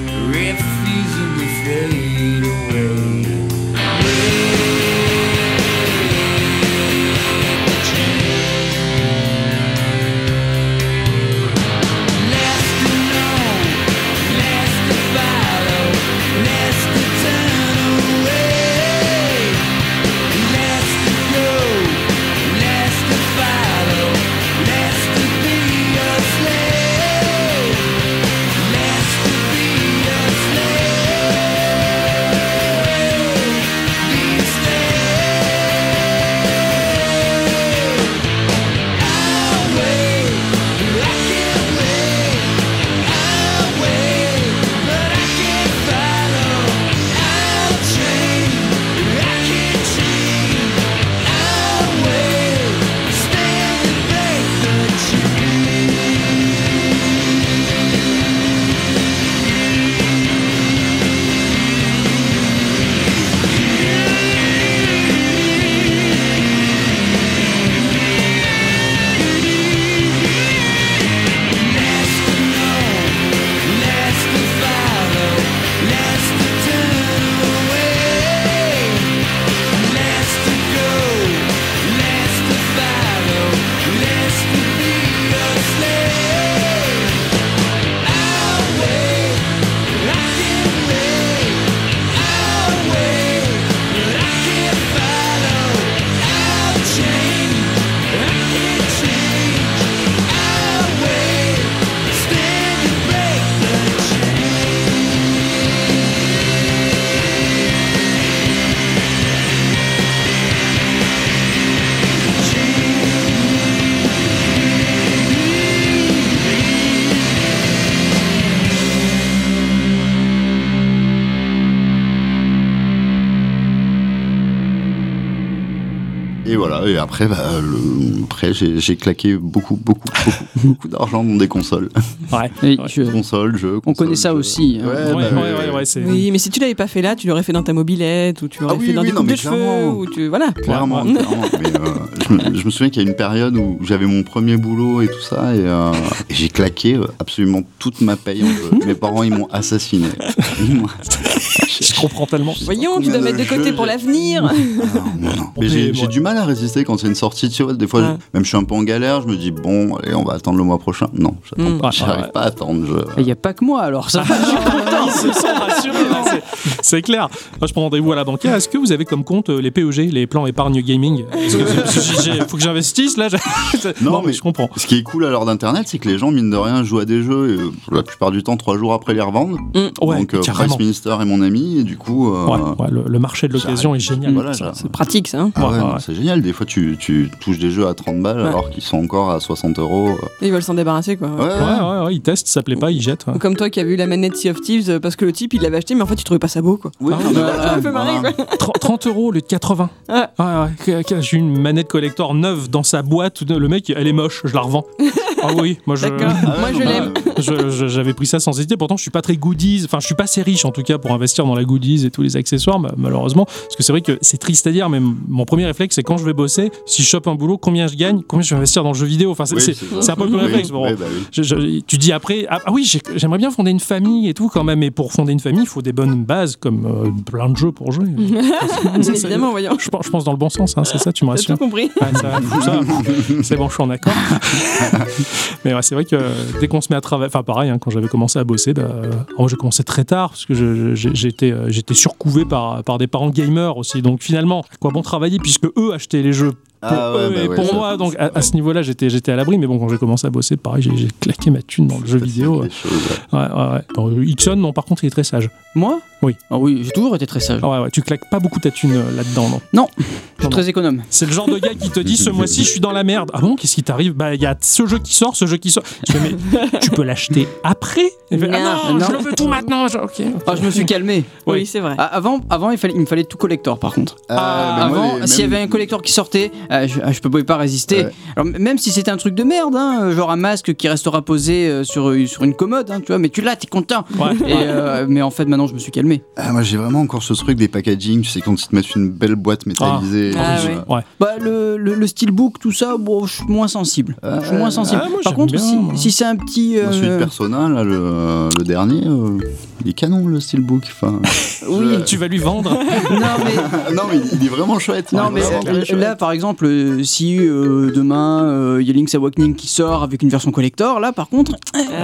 S8: Refusing to fade away. Less to know, less to follow, less to turn away, less to go, less to follow, less to be a slave, less to be a slave, be a slave. I'll wait, I can't wait. I'll wait, but I can't follow. I'll change, I can't change. I'll wait, stand and make the change.
S3: Et voilà, et après, bah, le- après, j'ai j'ai claqué beaucoup, beaucoup, beaucoup, beaucoup d'argent dans des consoles.
S2: Ouais.
S5: Oui,
S2: Ouais.
S5: je-
S3: Consoles, jeux.
S5: On
S3: consoles,
S5: connaît ça
S3: jeux.
S5: aussi. hein.
S3: Ouais,
S2: Ouais,
S3: bah,
S2: ouais,
S3: ouais,
S2: ouais, ouais, c'est...
S4: Oui, mais si tu l'avais pas fait là, tu l'aurais fait dans ta mobilette ou tu l'aurais
S3: Ah oui,
S4: fait dans
S3: oui,
S4: des
S3: non,
S4: coupes
S3: mais
S4: de cheveux
S3: clairement.
S4: ou tu voilà.
S3: Clairement,
S4: Ouais.
S3: clairement. Mais, euh, je, me, je me souviens qu'il y a une période où j'avais mon premier boulot et tout ça, et, euh, et j'ai claqué euh, absolument toute ma paye. en jeu. Mes parents, ils m'ont assassiné. Ils m'ont assassiné.
S2: Je comprends tellement.
S4: Voyons, tu
S3: Combien
S4: dois mettre de
S3: de
S4: côté
S3: jeux
S4: pour
S3: j'ai-
S4: l'avenir.
S3: Ah, non, non.
S2: Mais
S3: Mais j'ai
S2: moi-
S3: j'ai du mal à résister quand c'est une sortie, tu vois. Des fois, je-
S4: Ouais.
S3: même je suis un peu en galère, je me dis, bon, allez, on va attendre le mois prochain. Non, j'attends
S4: Mm.
S3: pas, j'arrive
S2: Ouais.
S3: pas à attendre. je-
S5: Et Il n'y a pas que moi alors ça.
S2: Ils se sont rassurés, Ah, là, c'est- c'est clair. Moi, je prends rendez-vous à la banquière. Est-ce que vous avez comme compte euh, les PEG, les plans épargne gaming Est-ce que- parce que j'ai- j'ai- Faut que j'investisse là. je-
S3: Non,
S2: Bon,
S3: mais-
S2: je comprends.
S3: Ce qui est cool à l'heure d'Internet, c'est que les gens, mine de rien, jouent à des jeux, et, euh, la plupart du temps, trois jours après, les revendent.
S2: Ouais,
S3: Donc, euh,
S2: carrément.
S3: Price Minister est mon ami, et du coup. euh,
S2: Ouais, ouais, le, le marché de l'occasion est génial.
S3: Voilà,
S2: Ça,
S3: j'a-
S2: c'est-
S4: Pratique ça. hein.
S3: Ah
S2: Ouais,
S3: ouais,
S2: ouais,
S3: non,
S2: ouais.
S3: c'est génial. Des fois, tu, tu touches des jeux à 30 balles
S4: Ouais.
S3: alors qu'ils sont encore à 60 euros.
S4: Ils veulent s'en débarrasser quoi.
S3: Ouais, ouais.
S2: Ouais, ouais, ouais, ils testent, ça plaît pas, ils jettent. ouais.
S4: Ou comme toi qui as vu la manette Sea of Thieves euh, parce que le type il l'avait acheté mais en fait tu trouvais pas ça beau quoi.
S3: Oui,
S2: Ah,
S3: mais
S2: bah,
S3: voilà,
S4: un peu
S3: voilà.
S4: marré, quoi.
S2: 30, 30 euros au lieu de 80.
S4: Ouais.
S2: Ouais, ouais, que- que- J'ai une manette collector neuve dans sa boîte. Le mec, elle est moche, je la revends. Ah oui, moi je.
S4: D'accord.
S3: Ah ouais,
S4: Moi,
S3: non,
S4: je
S3: bah,
S4: l'aime.
S3: euh,
S2: je- je- J'avais pris ça sans hésiter. Pourtant, je suis pas très goodies. Enfin, je suis pas assez riche en tout cas pour investir dans la goodies et tous les accessoires, ma- malheureusement. Parce que c'est vrai que c'est triste à dire, mais m- mon premier réflexe, c'est quand je vais bosser, si je chope un boulot, combien je gagne, combien je vais investir dans le jeu vidéo. Enfin, c'est
S3: oui,
S2: c'est-
S3: ça.
S2: c'est un peu le
S3: Oui,
S2: réflexe. bon.
S3: oui, bah oui.
S2: Je- je- tu dis après, ah, ah oui, j'ai- j'aimerais bien fonder une famille et tout quand même. Et pour fonder une famille, il faut des bonnes bases comme euh, plein de jeux pour jouer. Ça, c'est-
S4: Évidemment, voyons.
S2: Je pense, je pense dans le bon sens, hein, Mhm. c'est ça, tu me
S4: T'as
S2: rassures.
S4: tout compris.
S2: Ouais, ça, tout ça, c'est bon, je suis en accord. Mais ouais, c'est vrai que euh, dès qu'on se met à travailler, enfin pareil, hein, quand j'avais commencé à bosser, bah, euh, moi j'ai commencé très tard parce que je- je- j'étais euh, j'étais surcouvé par, par des parents gamers aussi. Donc finalement, quoi bon travailler puisque eux achetaient les jeux pour
S3: Ah ouais,
S2: eux
S3: bah
S2: et
S3: ouais,
S2: pour
S3: ça-
S2: moi. Donc à, à
S3: ouais.
S2: ce niveau-là, j'étais j'étais à l'abri. Mais bon, quand j'ai commencé à bosser, pareil, j'ai j'ai claqué ma thune dans le jeu
S3: Ça, c'est
S2: vidéo. euh,
S3: des choses, ouais.
S2: Ouais, ouais, ouais. Bon, Ixon, non, par contre, il est très sage.
S5: Moi
S2: Oui.
S5: Ah oui, j'ai toujours été très sage.
S2: Ah ouais, ouais, tu claques pas beaucoup ta thune euh, là-dedans, non
S5: Je suis très économe.
S2: C'est le genre de gars qui te dit ce mois-ci je suis dans la merde. Ah bon, qu'est-ce qui t'arrive Bah il y a ce jeu qui sort, ce jeu qui sort. Tu fais, mais tu peux l'acheter après Il fait, ah non,
S5: Non.
S2: je le veux tout maintenant. Je- ok.
S5: Ah, je me suis calmé.
S2: Oui.
S4: Oui, c'est vrai.
S5: Ah, avant, avant il, fallait, il me fallait tout collector par contre.
S3: Ah, mais moi,
S5: avant,
S3: les-
S5: s'il y
S3: même-
S5: avait un collector qui sortait, euh, je, ah, je pouvais pas résister.
S3: Ouais.
S5: Alors, m- même si c'était un truc de merde, hein, euh, genre un masque qui restera posé euh, sur, euh, sur une commode, hein, tu vois, mais tu l'as, t'es content.
S2: Ouais.
S5: Et, euh, mais en fait, maintenant, je me suis calmé.
S3: Ah, moi j'ai vraiment encore ce truc des packaging, tu sais, quand ils te mettent une belle boîte métallisée.
S4: Ah,
S3: euh,
S4: ouais.
S5: Bah, le, le, le steelbook, tout ça, bon, je suis moins sensible.
S3: Ah,
S5: je suis moins sensible.
S2: ah, moi,
S5: Par
S2: j'aime
S5: contre,
S2: bien,
S5: si,
S2: moi.
S5: si c'est un petit. euh,
S3: Moi, celui de Persona, là, le, le dernier, euh, il est canon le steelbook. Enfin,
S5: oui.
S2: Euh, Tu vas lui vendre.
S5: non, mais
S3: Ah, non, mais il est vraiment chouette.
S5: Non,
S3: hein,
S5: mais
S3: vraiment très
S5: euh,
S3: chouette.
S5: là, par exemple, euh, si euh, demain euh, il y a Link's Awakening qui sort avec une version collector, là, par contre,
S2: Ouais,
S5: je
S4: Ah,
S5: suis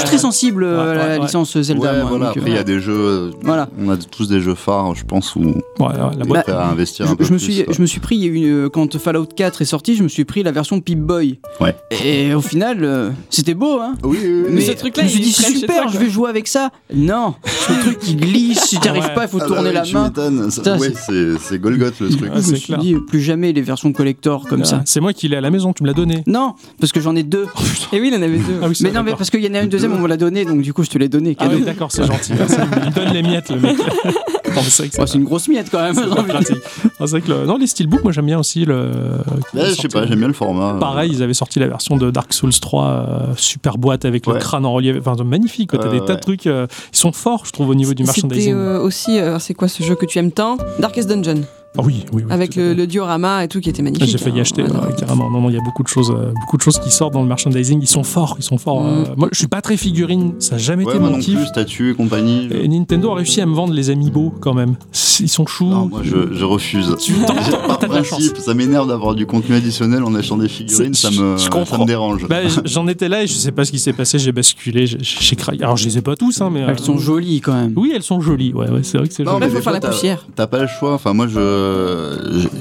S2: ouais.
S5: très sensible euh,
S2: Ouais,
S5: à la
S2: ouais, ouais.
S5: licence Zelda.
S3: Ouais,
S5: moi,
S3: voilà,
S5: donc, euh,
S3: après il y a des jeux.
S5: Voilà.
S3: On a tous des jeux phares, je pense, où
S2: Ouais, ouais, la boîte. Mm.
S3: t'as à investir un
S5: je,
S3: peu
S5: je me
S3: plus,
S5: suis,
S3: ouais.
S5: je me suis pris, il y a eu une, euh, quand Fallout 4 est sorti, je me suis pris la version Pip-Boy.
S3: Ouais.
S5: Et au final, euh, c'était beau, hein
S3: Oui, oui, oui.
S4: Mais ce truc-là,
S5: je me suis
S4: il
S5: dit
S4: traîne chez
S5: super,
S4: toi,
S5: je
S4: quoi.
S5: vais jouer avec ça. Non, ce truc qui glisse, si t'arrives
S2: Ouais.
S5: pas, il faut
S3: Ah, bah,
S5: tourner
S3: oui,
S5: la
S3: tu
S5: main.
S3: m'étonnes. Ça-
S5: Putain,
S3: ouais, c'est c'est Golgoth le truc.
S2: Ouais,
S5: je me
S2: c'est
S5: suis
S2: clair.
S5: dit euh, plus jamais les versions collector comme
S2: Ah,
S5: ça.
S2: C'est moi qui l'ai à la maison. Tu me l'as donné.
S5: Non, parce que j'en ai deux.
S3: Oh,
S4: Et eh oui, il en avait deux.
S2: Ah oui, c'est
S5: Mais non, mais
S2: d'accord.
S5: parce qu'il y en a une deuxième, on me l'a donnée, donc du coup, je te l'ai donnée.
S2: Ah
S5: cadeau.
S2: oui, d'accord, c'est gentil. merci. Il me donne les miettes, le mec. Attends, c'est vrai que
S5: Oh, c'est
S2: c'est-
S5: une grosse miette quand même.
S2: c'est pratique. Ah, c'est vrai que le- non, les steelbooks, moi j'aime bien aussi le.
S3: Ouais, Euh, je sais pas, j'aime bien le format. euh.
S2: Pareil, ils avaient sorti la version de Dark Souls 3, euh, super boîte avec le
S3: Ouais.
S2: crâne en relief. Enfin, magnifique, quoi. T'as
S3: Ouais,
S2: des
S3: ouais.
S2: tas de trucs. euh, ils sont forts, je trouve, au niveau du
S4: C'était
S2: merchandising.
S4: euh, aussi, euh, c'est quoi ce jeu que tu aimes tant Darkest Dungeon,
S2: Ah oui, oui, oui,
S4: avec
S2: tout à fait.
S4: le, le diorama et tout qui était magnifique.
S2: J'ai failli
S4: hein.
S2: acheter,
S4: Ah, non.
S2: ouais, carrément. Non, non, il y a beaucoup de choses, euh, beaucoup de choses qui sortent dans le merchandising. Ils sont forts, ils sont forts.
S4: Mm.
S2: euh, moi, je suis pas très figurine, ça a jamais
S3: Ouais,
S2: été
S3: moi
S2: mon
S3: non
S2: kiff.
S3: plus, statut et compagnie. je-
S2: Et Nintendo a réussi à me vendre les amiibo quand même. Ils sont choux.
S3: Non, moi je, je refuse.
S2: Tu t'en- t'en-
S3: Par
S2: t'as de la chance.
S3: principe, ça m'énerve d'avoir du contenu additionnel en achetant des figurines,
S2: C'est-
S3: ça me,
S2: je
S3: ça
S2: comprends.
S3: me dérange.
S2: Bah, j- J'en étais là et je sais pas ce qui s'est passé. J'ai basculé, j'ai- j'ai craqué. Alors, je les ai pas tous, hein, mais. euh,
S5: Elles sont jolies quand même. Bah,
S2: Oui, elles sont jolies. Ouais, ouais, c'est vrai que c'est
S3: Non,
S2: joli.
S4: Là, il
S3: mais
S4: faut faire
S3: des fois,
S4: la
S3: t'as-
S4: poussière.
S3: T'as pas le choix. Enfin, moi, je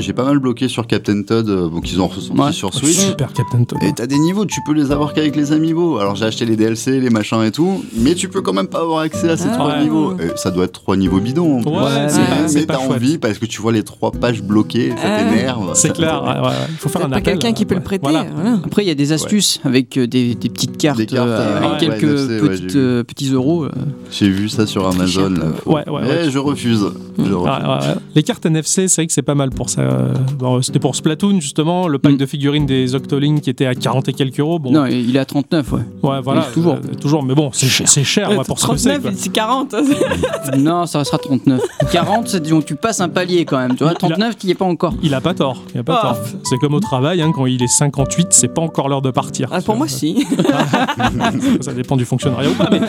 S3: j'ai pas mal bloqué sur Captain Todd, euh, bon, qu'ils ont ressorti
S5: Ouais.
S3: sur Switch.
S2: Super Captain Todd.
S3: Et t'as des niveaux, tu peux les avoir qu'avec les amiibo. Alors j'ai acheté les DLC, les machins et tout, mais tu peux quand même pas avoir accès à ces
S4: Ah,
S3: trois
S2: ouais.
S3: niveaux. Et ça doit être trois niveaux bidons. en plus.
S2: Ouais, c'est
S4: Ouais.
S2: pas- c'est
S3: mais
S2: pas
S3: t'as
S2: chouette.
S3: envie parce que tu vois les trois pages bloquées, ça
S4: Ah.
S3: t'énerve.
S2: C'est
S3: Ça-
S2: clair, ouais, ouais, ouais. il faut faire
S4: T'as
S2: un
S4: pas
S2: appel. hein,
S4: quelqu'un qui peut
S2: ouais.
S4: le prêter. hein,
S2: Voilà.
S4: euh, voilà.
S5: Après, il y a des astuces avec euh, des, des petites cartes,
S3: Des cartes,
S5: euh,
S3: ouais,
S5: avec
S2: ouais,
S5: quelques
S3: NFC, ouais,
S5: petites,
S3: j'ai vu.
S5: euh, petits euros. euh.
S3: J'ai vu ça sur Amazon. Là.
S2: Ouais, ouais, Ah,
S3: Mais je refuse. Je refuse.
S2: Ouais, ouais, ouais. Les cartes NFC, c'est vrai que c'est pas mal pour ça. Euh, bon, C'était pour Splatoon, justement, le pack
S5: Mm.
S2: de figurines des Octolings qui était à 40 et quelques euros. Bon,
S5: Non, il est à 39, ouais.
S2: ouais, voilà.
S5: mais toujours.
S2: euh, toujours, mais bon, c'est cher, c'est cher ouais,
S4: Ouais,
S2: pour ce que c'est.
S4: 39,
S2: quoi.
S4: c'est 40. hein.
S5: non, ça restera 39. 40, c'est disons que tu passes un palier quand même, tu vois. 39, tu n'y es pas encore.
S2: Il a pas tort, il a pas
S4: Ah.
S2: tort. C'est comme au travail, hein, quand il est 58, c'est pas encore l'heure de partir.
S4: Ah, pour moi,
S2: Ça-
S4: si.
S2: Ça dépend du fonctionnariat ou pas, mais,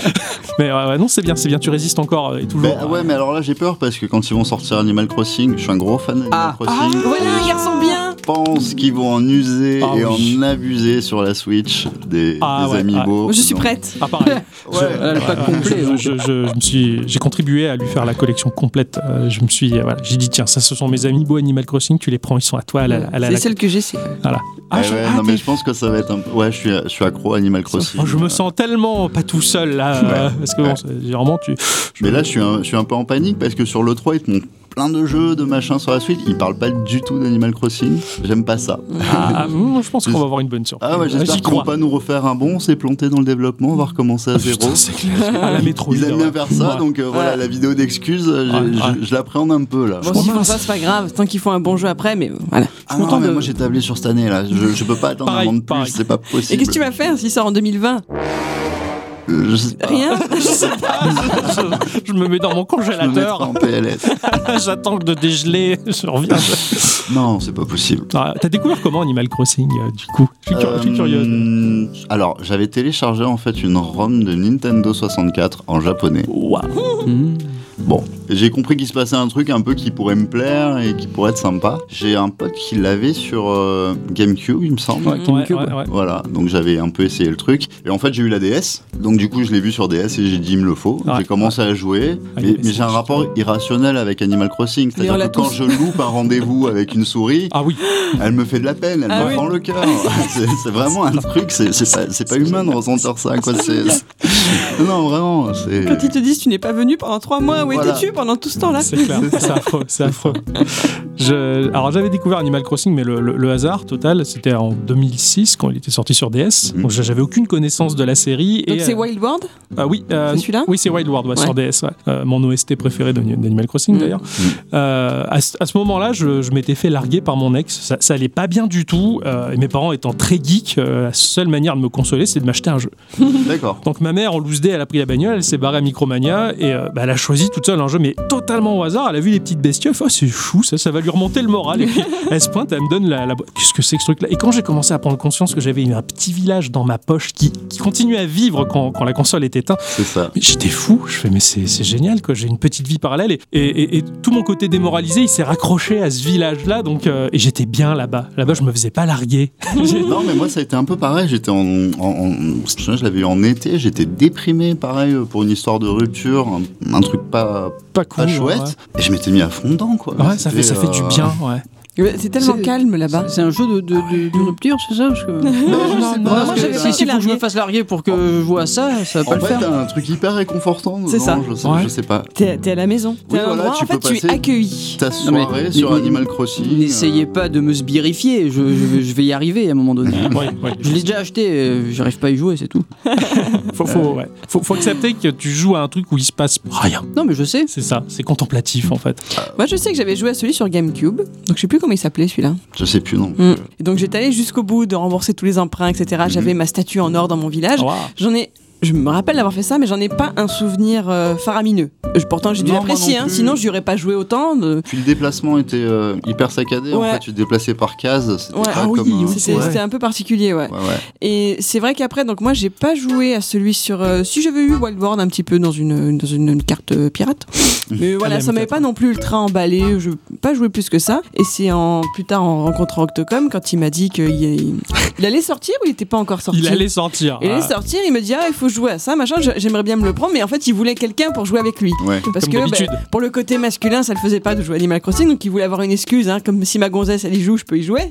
S2: mais ouais, ouais, non, c'est bien, c'est bien, tu résistes encore euh, et toujours.
S3: Ben, ouais, mais alors là j'ai peur parce que quand ils vont sortir Animal Crossing, je suis un gros fan d'Animal
S5: Ah.
S3: Crossing. et
S4: Voilà,
S3: je
S4: garçon bien.
S3: pense qu'ils vont en user
S2: Ah
S3: et
S2: oui.
S3: en abuser sur la Switch des,
S2: Ah
S3: des
S2: ouais,
S3: amiibo.
S4: Je suis
S3: Donc-
S4: prête.
S2: Ah, pareil.
S3: Ouais.
S5: Voilà, le pack
S2: Ouais, ouais,
S5: complet.
S2: Euh, je-
S5: donc.
S2: je- je- je me suis- j'ai contribué à lui faire la collection complète. Euh, je me suis, euh, voilà, j'ai dit tiens, ça, ce sont mes amis beaux Animal Crossing, tu les prends, ils sont à toi. à la- à la- à
S4: C'est
S2: la-
S4: celle que j'ai, c'est.
S2: Voilà.
S3: Ah,
S2: Ah, je-
S3: ouais,
S2: ah,
S3: non,
S2: t'es-
S3: mais je pense que ça va être un peu. Ouais, je suis, je suis accro à Animal Crossing.
S2: Oh, je me sens tellement pas tout seul là, euh, parce que bon,
S3: Ouais.
S2: c'est- généralement tu. je-
S3: Mais là, je suis, un, je suis un peu en panique parce que sur le 3, ils te montrent plein de jeux, de machins sur la suite. Ils parlent pas du tout d'Animal Crossing. J'aime pas ça.
S2: Ah, mm, je pense qu'on va avoir une bonne surprise.
S3: Ah ouais, j'espère
S2: J'y
S3: qu'ils vont
S2: crois. Ah,
S3: pas nous refaire un bon, on s'est planté dans le développement, on va recommencer à zéro.
S2: Putain, c'est clair. À la métro. hein.
S3: Ils aiment bien faire ça,
S2: Ouais.
S3: donc euh, voilà, la vidéo d'excuses, euh, je,
S2: Ouais,
S3: je- je l'appréhende un peu là.
S4: Bon, s'ils font ça, c'est pas grave, tant qu'ils font un bon jeu après, mais voilà.
S3: Ah non, mais moi j'ai tablé sur cette année là, je, je peux pas attendre
S2: Pareil,
S3: un an de plus,
S2: pareil.
S3: c'est pas possible.
S4: Et qu'est-ce que tu vas faire s'il sort en 2020
S3: Euh, Je sais pas.
S4: Rien
S2: je, je me mets dans mon
S3: Je me mettrai
S2: congélateur.
S3: en PLS.
S2: J'attends de dégeler. Je reviens.
S3: non, c'est pas possible.
S2: Ah, T'as découvert comment Animal Crossing euh, du coup Je suis cur- je suis
S3: Euh,
S2: curieux.
S3: Alors, j'avais téléchargé en fait une ROM de Nintendo 64 en japonais.
S2: Waouh.
S1: Hmm.
S3: Bon, j'ai compris qu'il se passait un truc un peu qui pourrait me plaire et qui pourrait être sympa. J'ai un pote qui l'avait sur euh, GameCube, il me semble.
S2: Ouais, ouais, ouais, ouais.
S3: Voilà, donc j'avais un peu essayé le truc. Et en fait, j'ai eu la DS. Donc du coup, je l'ai vu sur DS et j'ai dit, il me le faut.
S2: Ouais.
S3: J'ai commencé à jouer.
S2: Ah,
S3: mais
S2: mais
S3: mais
S2: c'est
S3: j'ai un rapport irrationnel avec Animal Crossing.
S4: Mais on
S3: C'est-à-dire
S4: l'a
S3: que quand
S4: tous.
S3: je loupe un rendez-vous avec une souris,
S2: Ah oui.
S3: elle me fait de la peine, elle
S4: Ah
S3: me
S4: oui.
S3: prend le cœur. C'est- C'est vraiment un truc, c'est c'est pas, c'est pas humain de ressentir ça. Quoi. C'est- c'est- Non, vraiment. c'est-
S4: Quand ils te disent tu n'es pas venu pendant trois mois, où
S3: Voilà.
S4: étais-tu pendant tout ce temps-là
S2: C'est clair, c'est affreux, c'est affreux. Je- alors j'avais découvert Animal Crossing, mais le, le- le hasard total, c'était en 2006 quand il était sorti sur DS.
S3: Mhm.
S2: Donc j'avais aucune connaissance de la série.
S4: Donc
S2: et,
S4: c'est
S2: euh,
S4: Wild World
S2: ah oui, euh,
S4: c'est celui-là
S2: Oui, c'est Wild World ouais, sur DS, ouais. Euh, mon OST préféré de- d'Animal Crossing
S4: Mhm.
S2: d'ailleurs. Euh, à, ce- à ce moment-là, je, je m'étais fait larguer par mon ex. Ça, ça allait pas bien du tout. euh, et mes parents étant très geeks, euh, la seule manière de me consoler, c'est de m'acheter un jeu.
S3: D'accord.
S2: Donc ma mère, en loose day, elle a pris la bagnole, elle s'est barrée à Micromania et euh, bah, elle a choisi toute seule un jeu, mais totalement au hasard. Elle a vu les petites bestioles, elle fait, oh, c'est chou, ça, ça va lui remonter le moral. Et puis elle se pointe, elle me donne la. la bo- Qu'est-ce que c'est que ce truc-là Et quand j'ai commencé à prendre conscience que j'avais eu un petit village dans ma poche qui, qui continuait à vivre quand, quand la console est éteinte,
S3: C'est ça.
S2: mais j'étais fou. Je fais, mais c'est c'est génial, quoi. J'ai une petite vie parallèle. Et, et- et- et tout mon côté démoralisé, il s'est raccroché à ce village-là. Donc, euh, et j'étais bien là-bas. Là-bas, je me faisais pas larguer.
S3: Non, mais moi, ça a été un peu pareil. J'étais en, en, en- Je l'avais eu en été, j'étais déprimé, pareil, pour une histoire de rupture, un, un truc pas,
S2: Pas cool.
S3: pas
S2: hein,
S3: chouette. Et je m'étais mis à fond dedans, quoi.
S2: Ouais, Ouais, ça fait, ça fait du
S3: C'était, euh,
S2: bien, ouais.
S4: C'est tellement
S5: C'est-
S4: calme là-bas.
S5: C'est un jeu de, de, de- de rupture, c'est ça Parce que-
S3: Non, je sais
S2: non,
S3: pas,
S5: Parce
S4: moi,
S5: que
S3: parce
S4: j'avais
S3: que
S4: pas
S5: si, si,
S4: été
S5: faut que je me
S4: larguée.
S5: fasse larguer pour que je vois ça, ça va pas
S3: En
S5: le
S3: fait, euh,
S5: faire.
S3: t'as un truc hyper réconfortant.
S4: C'est
S3: dedans,
S4: ça.
S3: Je sais,
S2: Ouais.
S3: je sais pas.
S4: T'es t'es à la maison. T'es
S3: Oui,
S4: à un
S3: voilà,
S4: endroit,
S3: tu
S4: en fait,
S3: peux
S4: tu es
S3: passer-
S4: accueilli.
S3: Ta
S5: Non, mais-
S3: soirée sur Animal Crossing. euh,
S5: N'essayez pas de me sbirifier, je, je- je vais y arriver à un moment donné.
S2: Ouais, ouais.
S5: Je l'ai déjà acheté, euh, j'arrive pas à y jouer, c'est tout.
S2: Faut, faut, ouais. faut, faut accepter que tu joues à un truc où il se passe rien.
S5: Non, mais je sais.
S2: C'est ça, c'est contemplatif en fait.
S4: Moi, je sais que j'avais joué à celui sur GameCube, donc je sais plus comment il s'appelait celui-là.
S3: euh, Je sais plus, non.
S4: Mm. Et donc j'étais allée jusqu'au bout de rembourser tous les emprunts, etc.
S3: Mm-hmm.
S4: J'avais ma statue en or dans mon village.
S2: Ah, Waouh.
S4: J'en ai. Je me rappelle d'avoir fait ça, mais j'en ai pas un souvenir euh, faramineux. Je- Pourtant, j'ai dû
S3: Non, moi
S4: l'apprécier,
S3: non
S4: hein,
S3: plus.
S4: sinon j'y aurais pas joué autant. de-
S3: Puis le déplacement était euh, hyper saccadé. En
S4: Ouais.
S3: fait, tu te déplaçais par case. C'était
S4: Ouais.
S3: pas
S4: Ah oui,
S3: comme, euh,
S4: C'était
S3: ouais.
S4: c'était un peu particulier, ouais.
S3: Ouais, ouais.
S4: Et c'est vrai qu'après, donc moi, j'ai pas joué à celui sur. euh, si j'avais eu Wildboard un petit peu dans une, dans une, une carte euh, pirate. Mais voilà,
S2: même,
S4: ça m'avait
S2: peut-être.
S4: pas non plus ultra emballé. Je pas joué plus que ça. Et c'est en plus tard en rencontrant Octocom quand il m'a dit qu'il il- il allait sortir ou il était pas encore sorti.
S2: Il allait sortir.
S4: Il allait
S2: Ah.
S4: sortir, il me dit ah il faut jouer à ça machin. je- J'aimerais bien me le prendre, mais en fait il voulait quelqu'un pour jouer avec lui.
S3: Ouais.
S4: Parce
S2: Comme
S4: que
S2: d'habitude.
S4: bah, pour le côté masculin, ça le faisait pas de jouer à Animal Crossing, donc il voulait avoir une excuse, hein, comme si ma gonzesse elle y joue, je peux y jouer.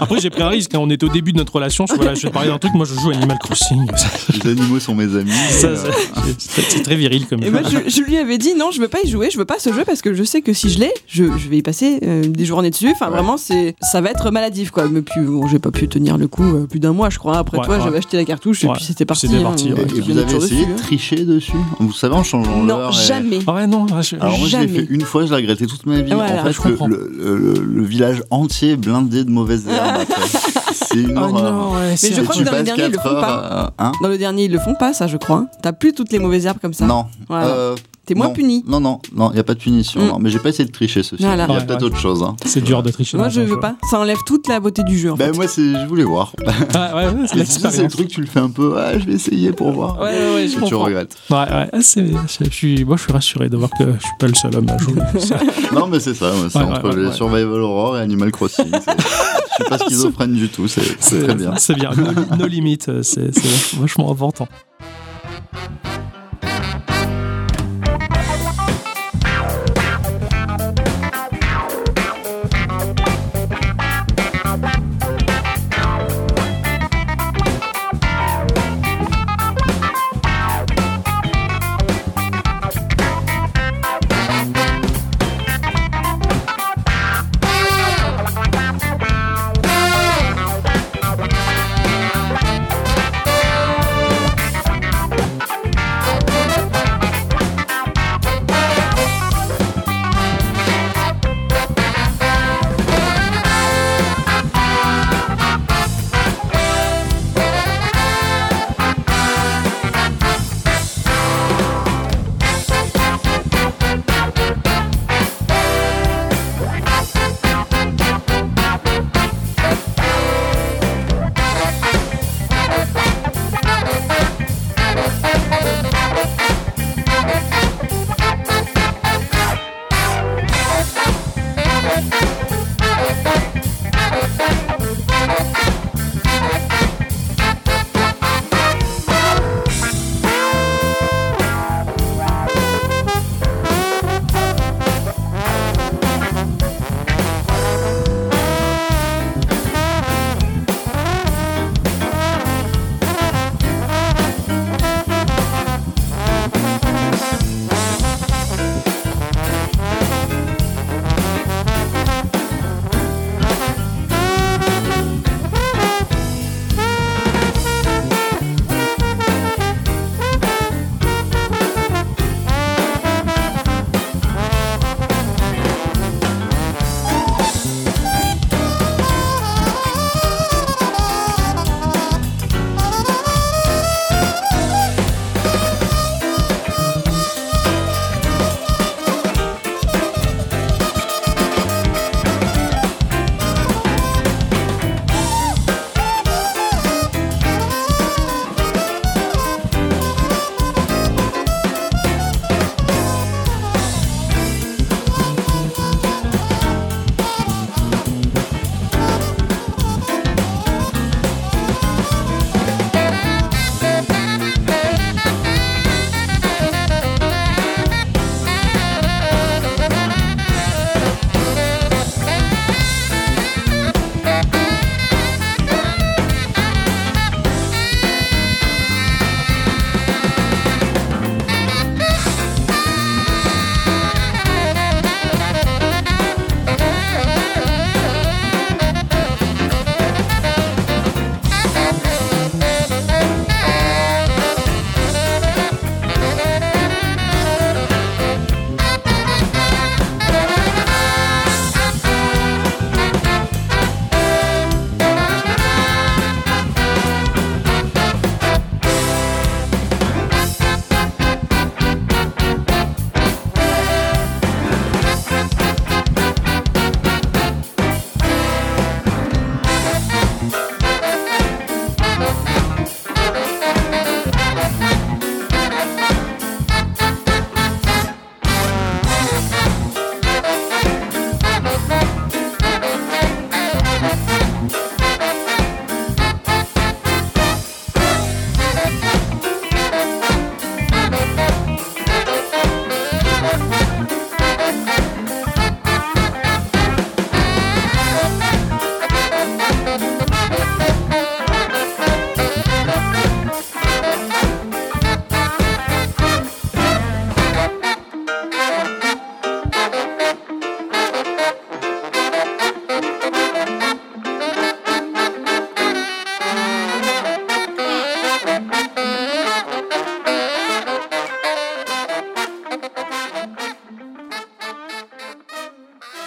S2: Après, j'ai pris un risque. hein. On était au début de notre relation. Je, voilà, je vais te parler d'un truc. Moi, je joue à Animal Crossing. Ça,
S3: Les animaux sont mes amis.
S2: ça,
S3: euh,
S2: ça, c'est c'est très viril comme
S4: Et
S2: jeu.
S4: moi, je, je lui avais dit non, je veux pas y jouer, je veux pas ce jeu parce que je sais que si je l'ai, je, je vais y passer euh, des journées dessus. Enfin,
S3: Ouais.
S4: vraiment, c'est ça va être maladif quoi. Mais puis, bon, j'ai pas pu tenir le coup euh, plus d'un mois, je crois. Après,
S2: Ouais,
S4: toi,
S2: ouais.
S4: j'avais acheté la cartouche
S2: Ouais,
S4: et puis c'était parti.
S2: c'était parti,
S4: hein.
S2: ouais.
S4: Et
S3: Et,
S4: puis,
S3: et
S4: on
S3: vous
S4: est
S3: avez
S4: toujours
S3: essayé
S4: dessus,
S3: de tricher dessus Vous savez, en changeant
S4: hein. Non,
S3: l'heure et-
S4: jamais.
S2: Ah ouais, non. je-
S3: Alors moi, je l'ai
S4: Jamais.
S3: fait une fois, je l'ai regretté toute ma vie.
S4: Voilà,
S3: en fait,
S2: je
S3: le-
S2: comprends.
S3: le, le- le village entier est blindé de mauvaises herbes. après. C'est
S4: Oh
S3: une
S2: Ah
S3: horreur.
S2: non, ouais, c'est
S4: je
S3: Et
S4: crois
S3: tu
S4: que dans les
S3: passes
S4: derniers, ils le
S3: 4
S4: font pas.
S3: heures à- hein
S4: Dans le dernier, ils le font pas, ça, je crois. T'as plus toutes les mauvaises herbes comme ça.
S3: Non.
S4: Voilà.
S3: Euh,
S4: T'es moins
S3: non.
S4: puni.
S3: Non, non, non, il n'y a pas de punition.
S4: Mm.
S3: non. Mais j'ai pas essayé de tricher ceci. Il
S4: Voilà.
S3: y a
S2: Ouais,
S3: peut-être
S2: ouais.
S3: autre chose. hein.
S2: c'est dur de tricher.
S4: Moi,
S2: dans
S4: je
S2: un jeu.
S4: veux pas. Ça enlève toute la beauté du jeu. En
S3: Ben
S4: fait.
S3: moi, c'est- je voulais voir.
S2: Ah, ouais, ouais, c'est
S3: Et si C'est le
S2: l'expérience.
S3: truc, tu le fais un peu. Ah, je vais essayer pour voir.
S2: Ouais, ouais, ouais, je
S3: Et tu
S2: comprends.
S3: regrettes.
S2: Ouais, ouais, ah, c'est- c'est- je suis, moi, je suis rassuré de voir que je suis pas le seul homme à jouer.
S3: Non, mais c'est ça. ouais, C'est
S2: Ouais,
S3: entre
S2: ouais, ouais,
S3: les
S2: ouais.
S3: Survival Horror et Animal Crossing. c'est- Je suis pas schizophrène du tout. C'est c'est très bien.
S2: C'est bien. Nos, li- nos limites, euh, c'est c'est vach- vachement important.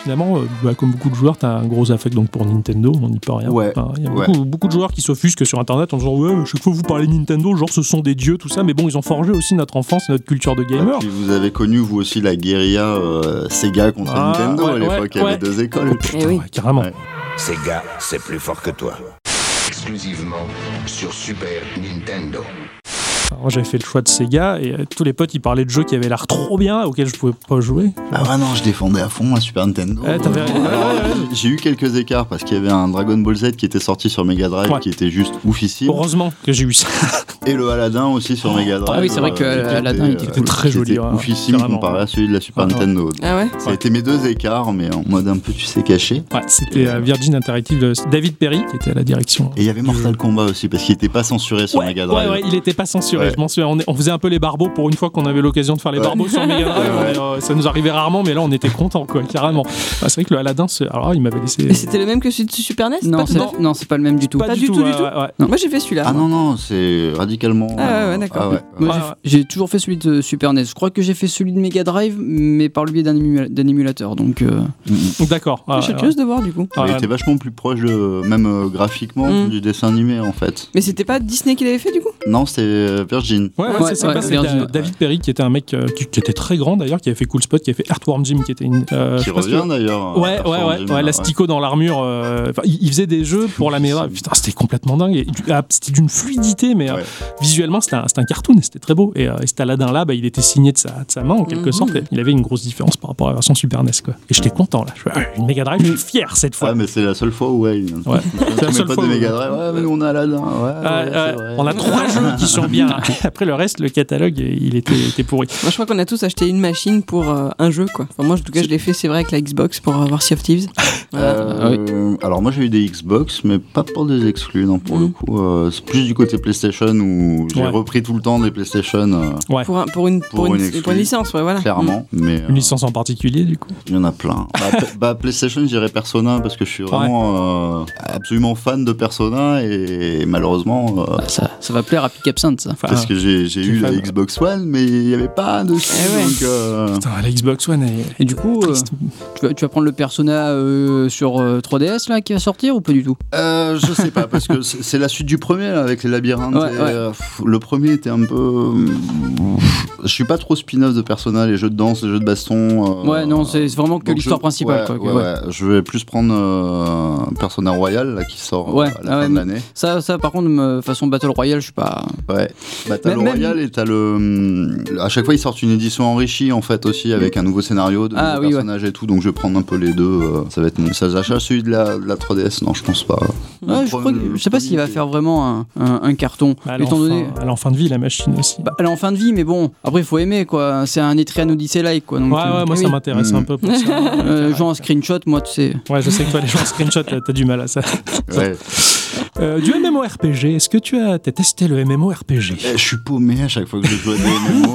S2: finalement, euh, bah, comme beaucoup de joueurs, t'as un gros affect donc pour Nintendo, on n'y peut rien.
S3: Ouais,
S2: Enfin, Il y a
S3: ouais.
S2: beaucoup, beaucoup de joueurs qui s'offusquent sur Internet en disant ouais, mais chaque fois vous parlez Nintendo, genre ce sont des dieux, tout ça. Mais bon, ils ont forgé aussi notre enfance, notre culture de gamer.
S3: Ah, Puis vous avez connu, vous aussi, la guérilla euh, Sega contre
S2: Ah,
S3: Nintendo
S2: ouais,
S3: à l'époque. Il y
S2: ouais,
S3: avait deux écoles.
S4: Eh oui.
S2: Ouais, Oh, carrément.
S3: Ouais.
S6: Ces gars, c'est plus fort que toi. Exclusivement sur Super Nintendo.
S2: Alors, moi, j'avais fait le choix de Sega et euh, tous les potes ils parlaient de jeux qui avaient l'air trop bien auxquels je pouvais pas jouer. Eh,
S3: Ah ouais, non, je défendais à fond la Super Nintendo.
S2: Ouais, t'avais-
S3: Euh, alors, J'ai eu quelques écarts parce qu'il y avait un Dragon Ball Z qui était sorti sur Mega Drive
S2: Ouais.
S3: qui était juste oufissime.
S2: Heureusement que j'ai eu ça.
S3: Et le Aladdin aussi sur Mega Drive.
S5: Ah oui, c'est vrai que
S3: euh, qui
S5: Aladdin, il était
S3: euh,
S2: très
S3: qui
S2: joli,
S3: était
S2: ouais,
S3: oufissime
S2: carrément.
S3: comparé à celui de la Super
S2: Ouais, ouais.
S3: Nintendo.
S4: Ah ouais
S3: Ça a été mes deux écarts, mais en mode un peu tu sais caché.
S2: Ouais, c'était euh, Virgin Interactive, de David Perry qui était à la direction. hein.
S3: Et il y avait Mortal Kombat aussi parce qu'il n'était pas censuré sur
S2: Ouais,
S3: Mega
S2: ouais,
S3: Drive.
S2: ouais, il était pas censuré,
S3: Ouais.
S2: je m'en souviens. On, est- on faisait un peu les barbeaux pour une fois qu'on avait l'occasion de faire les
S3: Ouais.
S2: barbeaux sur Mega Drive.
S3: Ouais, ouais.
S2: mais, euh, ça nous arrivait rarement, mais là on était contents, quoi, carrément. Ah, c'est vrai que le Aladdin, c'est- alors il m'avait laissé.
S4: Mais c'était le même que celui de Super NES
S5: Non,
S4: pas tout
S5: c'est
S4: à fait
S5: non, c'est pas le même du tout.
S4: pas du tout,
S2: ouais,
S4: du tout.
S2: ouais, ouais.
S5: Non.
S4: Moi j'ai fait celui-là.
S3: Ah non, non, c'est radicalement.
S4: Ah ouais, ouais, d'accord.
S3: Ah
S5: Moi,
S2: Ouais,
S5: j'ai-
S2: ouais.
S5: j'ai toujours fait celui de Super NES. Je crois que j'ai fait celui de Mega Drive, mais par le biais d'un ému- d'un émulateur. Donc, euh,
S2: D'accord.
S4: Ah,
S2: ouais,
S4: je suis
S2: ouais.
S4: curieuse de voir du coup.
S2: Ah,
S3: Il
S2: ouais.
S3: était vachement plus proche, de, même euh, graphiquement,
S4: Mm.
S3: du dessin animé en fait.
S4: Mais c'était pas Disney qui l'avait fait du coup
S3: Non, c'était Virgin.
S2: Ouais, ouais,
S5: Ouais,
S2: c'est ça,
S5: ouais,
S2: c'est
S5: Virgin,
S2: Da-
S5: ouais.
S2: David Perry qui était un mec euh, qui, qui était très grand d'ailleurs, qui avait fait Cool Spot, qui avait fait Earthworm Jim, qui était une. euh,
S3: qui
S2: je pense que-
S3: revient d'ailleurs.
S2: Ouais, ouais,
S3: euh, Force
S2: ouais,
S3: Gemini,
S2: ouais, l'astico dans l'armure. euh, enfin, il il faisait des jeux pour la Mega Drive. Putain, c'était complètement dingue. Et du- ah, C'était d'une fluidité, mais euh,
S3: Ouais.
S2: visuellement, c'était un, c'était un cartoon et c'était très beau. Et, euh, et cet Aladdin là, bah, il était signé de sa, de sa main en quelque
S4: Mhm.
S2: sorte. Et il avait une grosse différence par rapport à la version Super NES, quoi. Et j'étais content là. Je suis, ah, une Mega Drive, je suis fier cette fois.
S3: Ah, mais c'est la seule fois où, ouais. il-
S2: Ouais.
S3: C'est la seule fois. de
S2: où-
S3: Mega Drive. Ouais, mais on a Aladdin. Ouais,
S2: Ah,
S3: ouais,
S2: ah,
S3: c'est vrai.
S2: on a trois jeux qui sont bien. Après le reste, le catalogue, il était, était pourri.
S3: Ah.
S4: Moi je crois qu'on a tous acheté une machine pour euh, un jeu quoi. Enfin, moi en tout cas je l'ai fait c'est vrai avec la Xbox pour avoir Sea of Thieves. Voilà.
S3: Euh, Alors moi j'ai eu des Xbox mais pas pour des exclus non pour
S4: Mhm.
S3: le coup euh, c'est plus du côté PlayStation où j'ai
S2: Ouais.
S3: repris tout le temps des PlayStation euh,
S4: Pour, un- pour une, pour
S3: Pour
S4: une-
S3: une exclu.
S4: pour une licence ouais voilà.
S3: clairement mais euh,
S2: Une licence en particulier, du coup.
S3: il y en a plein bah, pe- bah, PlayStation j'irais Persona parce que je suis vraiment euh, absolument fan de Persona et, malheureusement euh,
S5: bah, ça, ça va plaire à Pic Absinthe, ça.
S2: Enfin,
S3: parce que j'ai j'ai
S2: t'es
S3: eu la
S2: fan.
S3: Xbox One mais il n'y avait pas de
S4: Eh ouais.
S3: donc euh,
S2: putain, la Xbox One, elle,
S5: Et du coup, euh,
S2: triste.
S5: tu, vas, tu vas prendre le persona euh, sur euh, 3DS là qui va sortir ou pas du tout
S3: Euh, je sais pas, parce que c'est c'est la suite du premier là, avec les labyrinthes.
S5: Ouais,
S3: et,
S5: ouais.
S3: euh, pff, le premier était un peu. Je suis pas trop spin-off de Persona, les jeux de danse, les jeux de baston. euh,
S5: Ouais, non, c'est c'est vraiment que
S3: donc
S5: l'histoire
S3: je-
S5: principale.
S3: ouais,
S5: quoi, que-
S3: ouais,
S5: ouais.
S3: ouais. Je vais plus prendre euh, Persona Royal là, qui sort euh,
S5: Ouais, ah
S3: à la fin
S5: ouais,
S3: de
S5: mais-
S3: l'année.
S5: Ça, ça, par contre, me- façon Battle Royale, je suis pas.
S3: Ouais. Bah, t'as
S5: Même-
S3: le Royal et t'as le. hum, À chaque fois, ils sortent une édition enrichie en fait aussi avec un nouveau scénario, de
S5: Ah,
S3: nouveaux
S5: oui, ouais.
S3: personnages et tout. Donc je vais prendre un peu les deux. euh, ça va être mon. Ça s'achète celui de la, de la 3DS Non, je pense pas.
S5: Ouais, je, crois que- je sais pas s'il va faire vraiment un, un- un carton.
S2: Bah, Elle est
S5: étant
S2: en fin-
S5: donné.
S2: elle est en fin de vie, la machine aussi.
S5: bah, elle est en fin de vie, mais bon, après, il faut aimer quoi. C'est un Etrian Odyssey-like quoi. Donc,
S2: ouais, ouais,
S5: euh,
S2: moi ça
S5: oui.
S2: m'intéresse
S3: Mm.
S2: un peu pour ça.
S5: Euh, genre un screenshot, moi, tu sais.
S2: Ouais, je sais que toi, les gens en screenshot, t'as t'as du mal à ça.
S3: Ouais.
S2: Euh, du MMORPG, est-ce que tu as t'as testé le MMORPG
S3: Eh, Je suis paumé à chaque fois que je joue à des MMO.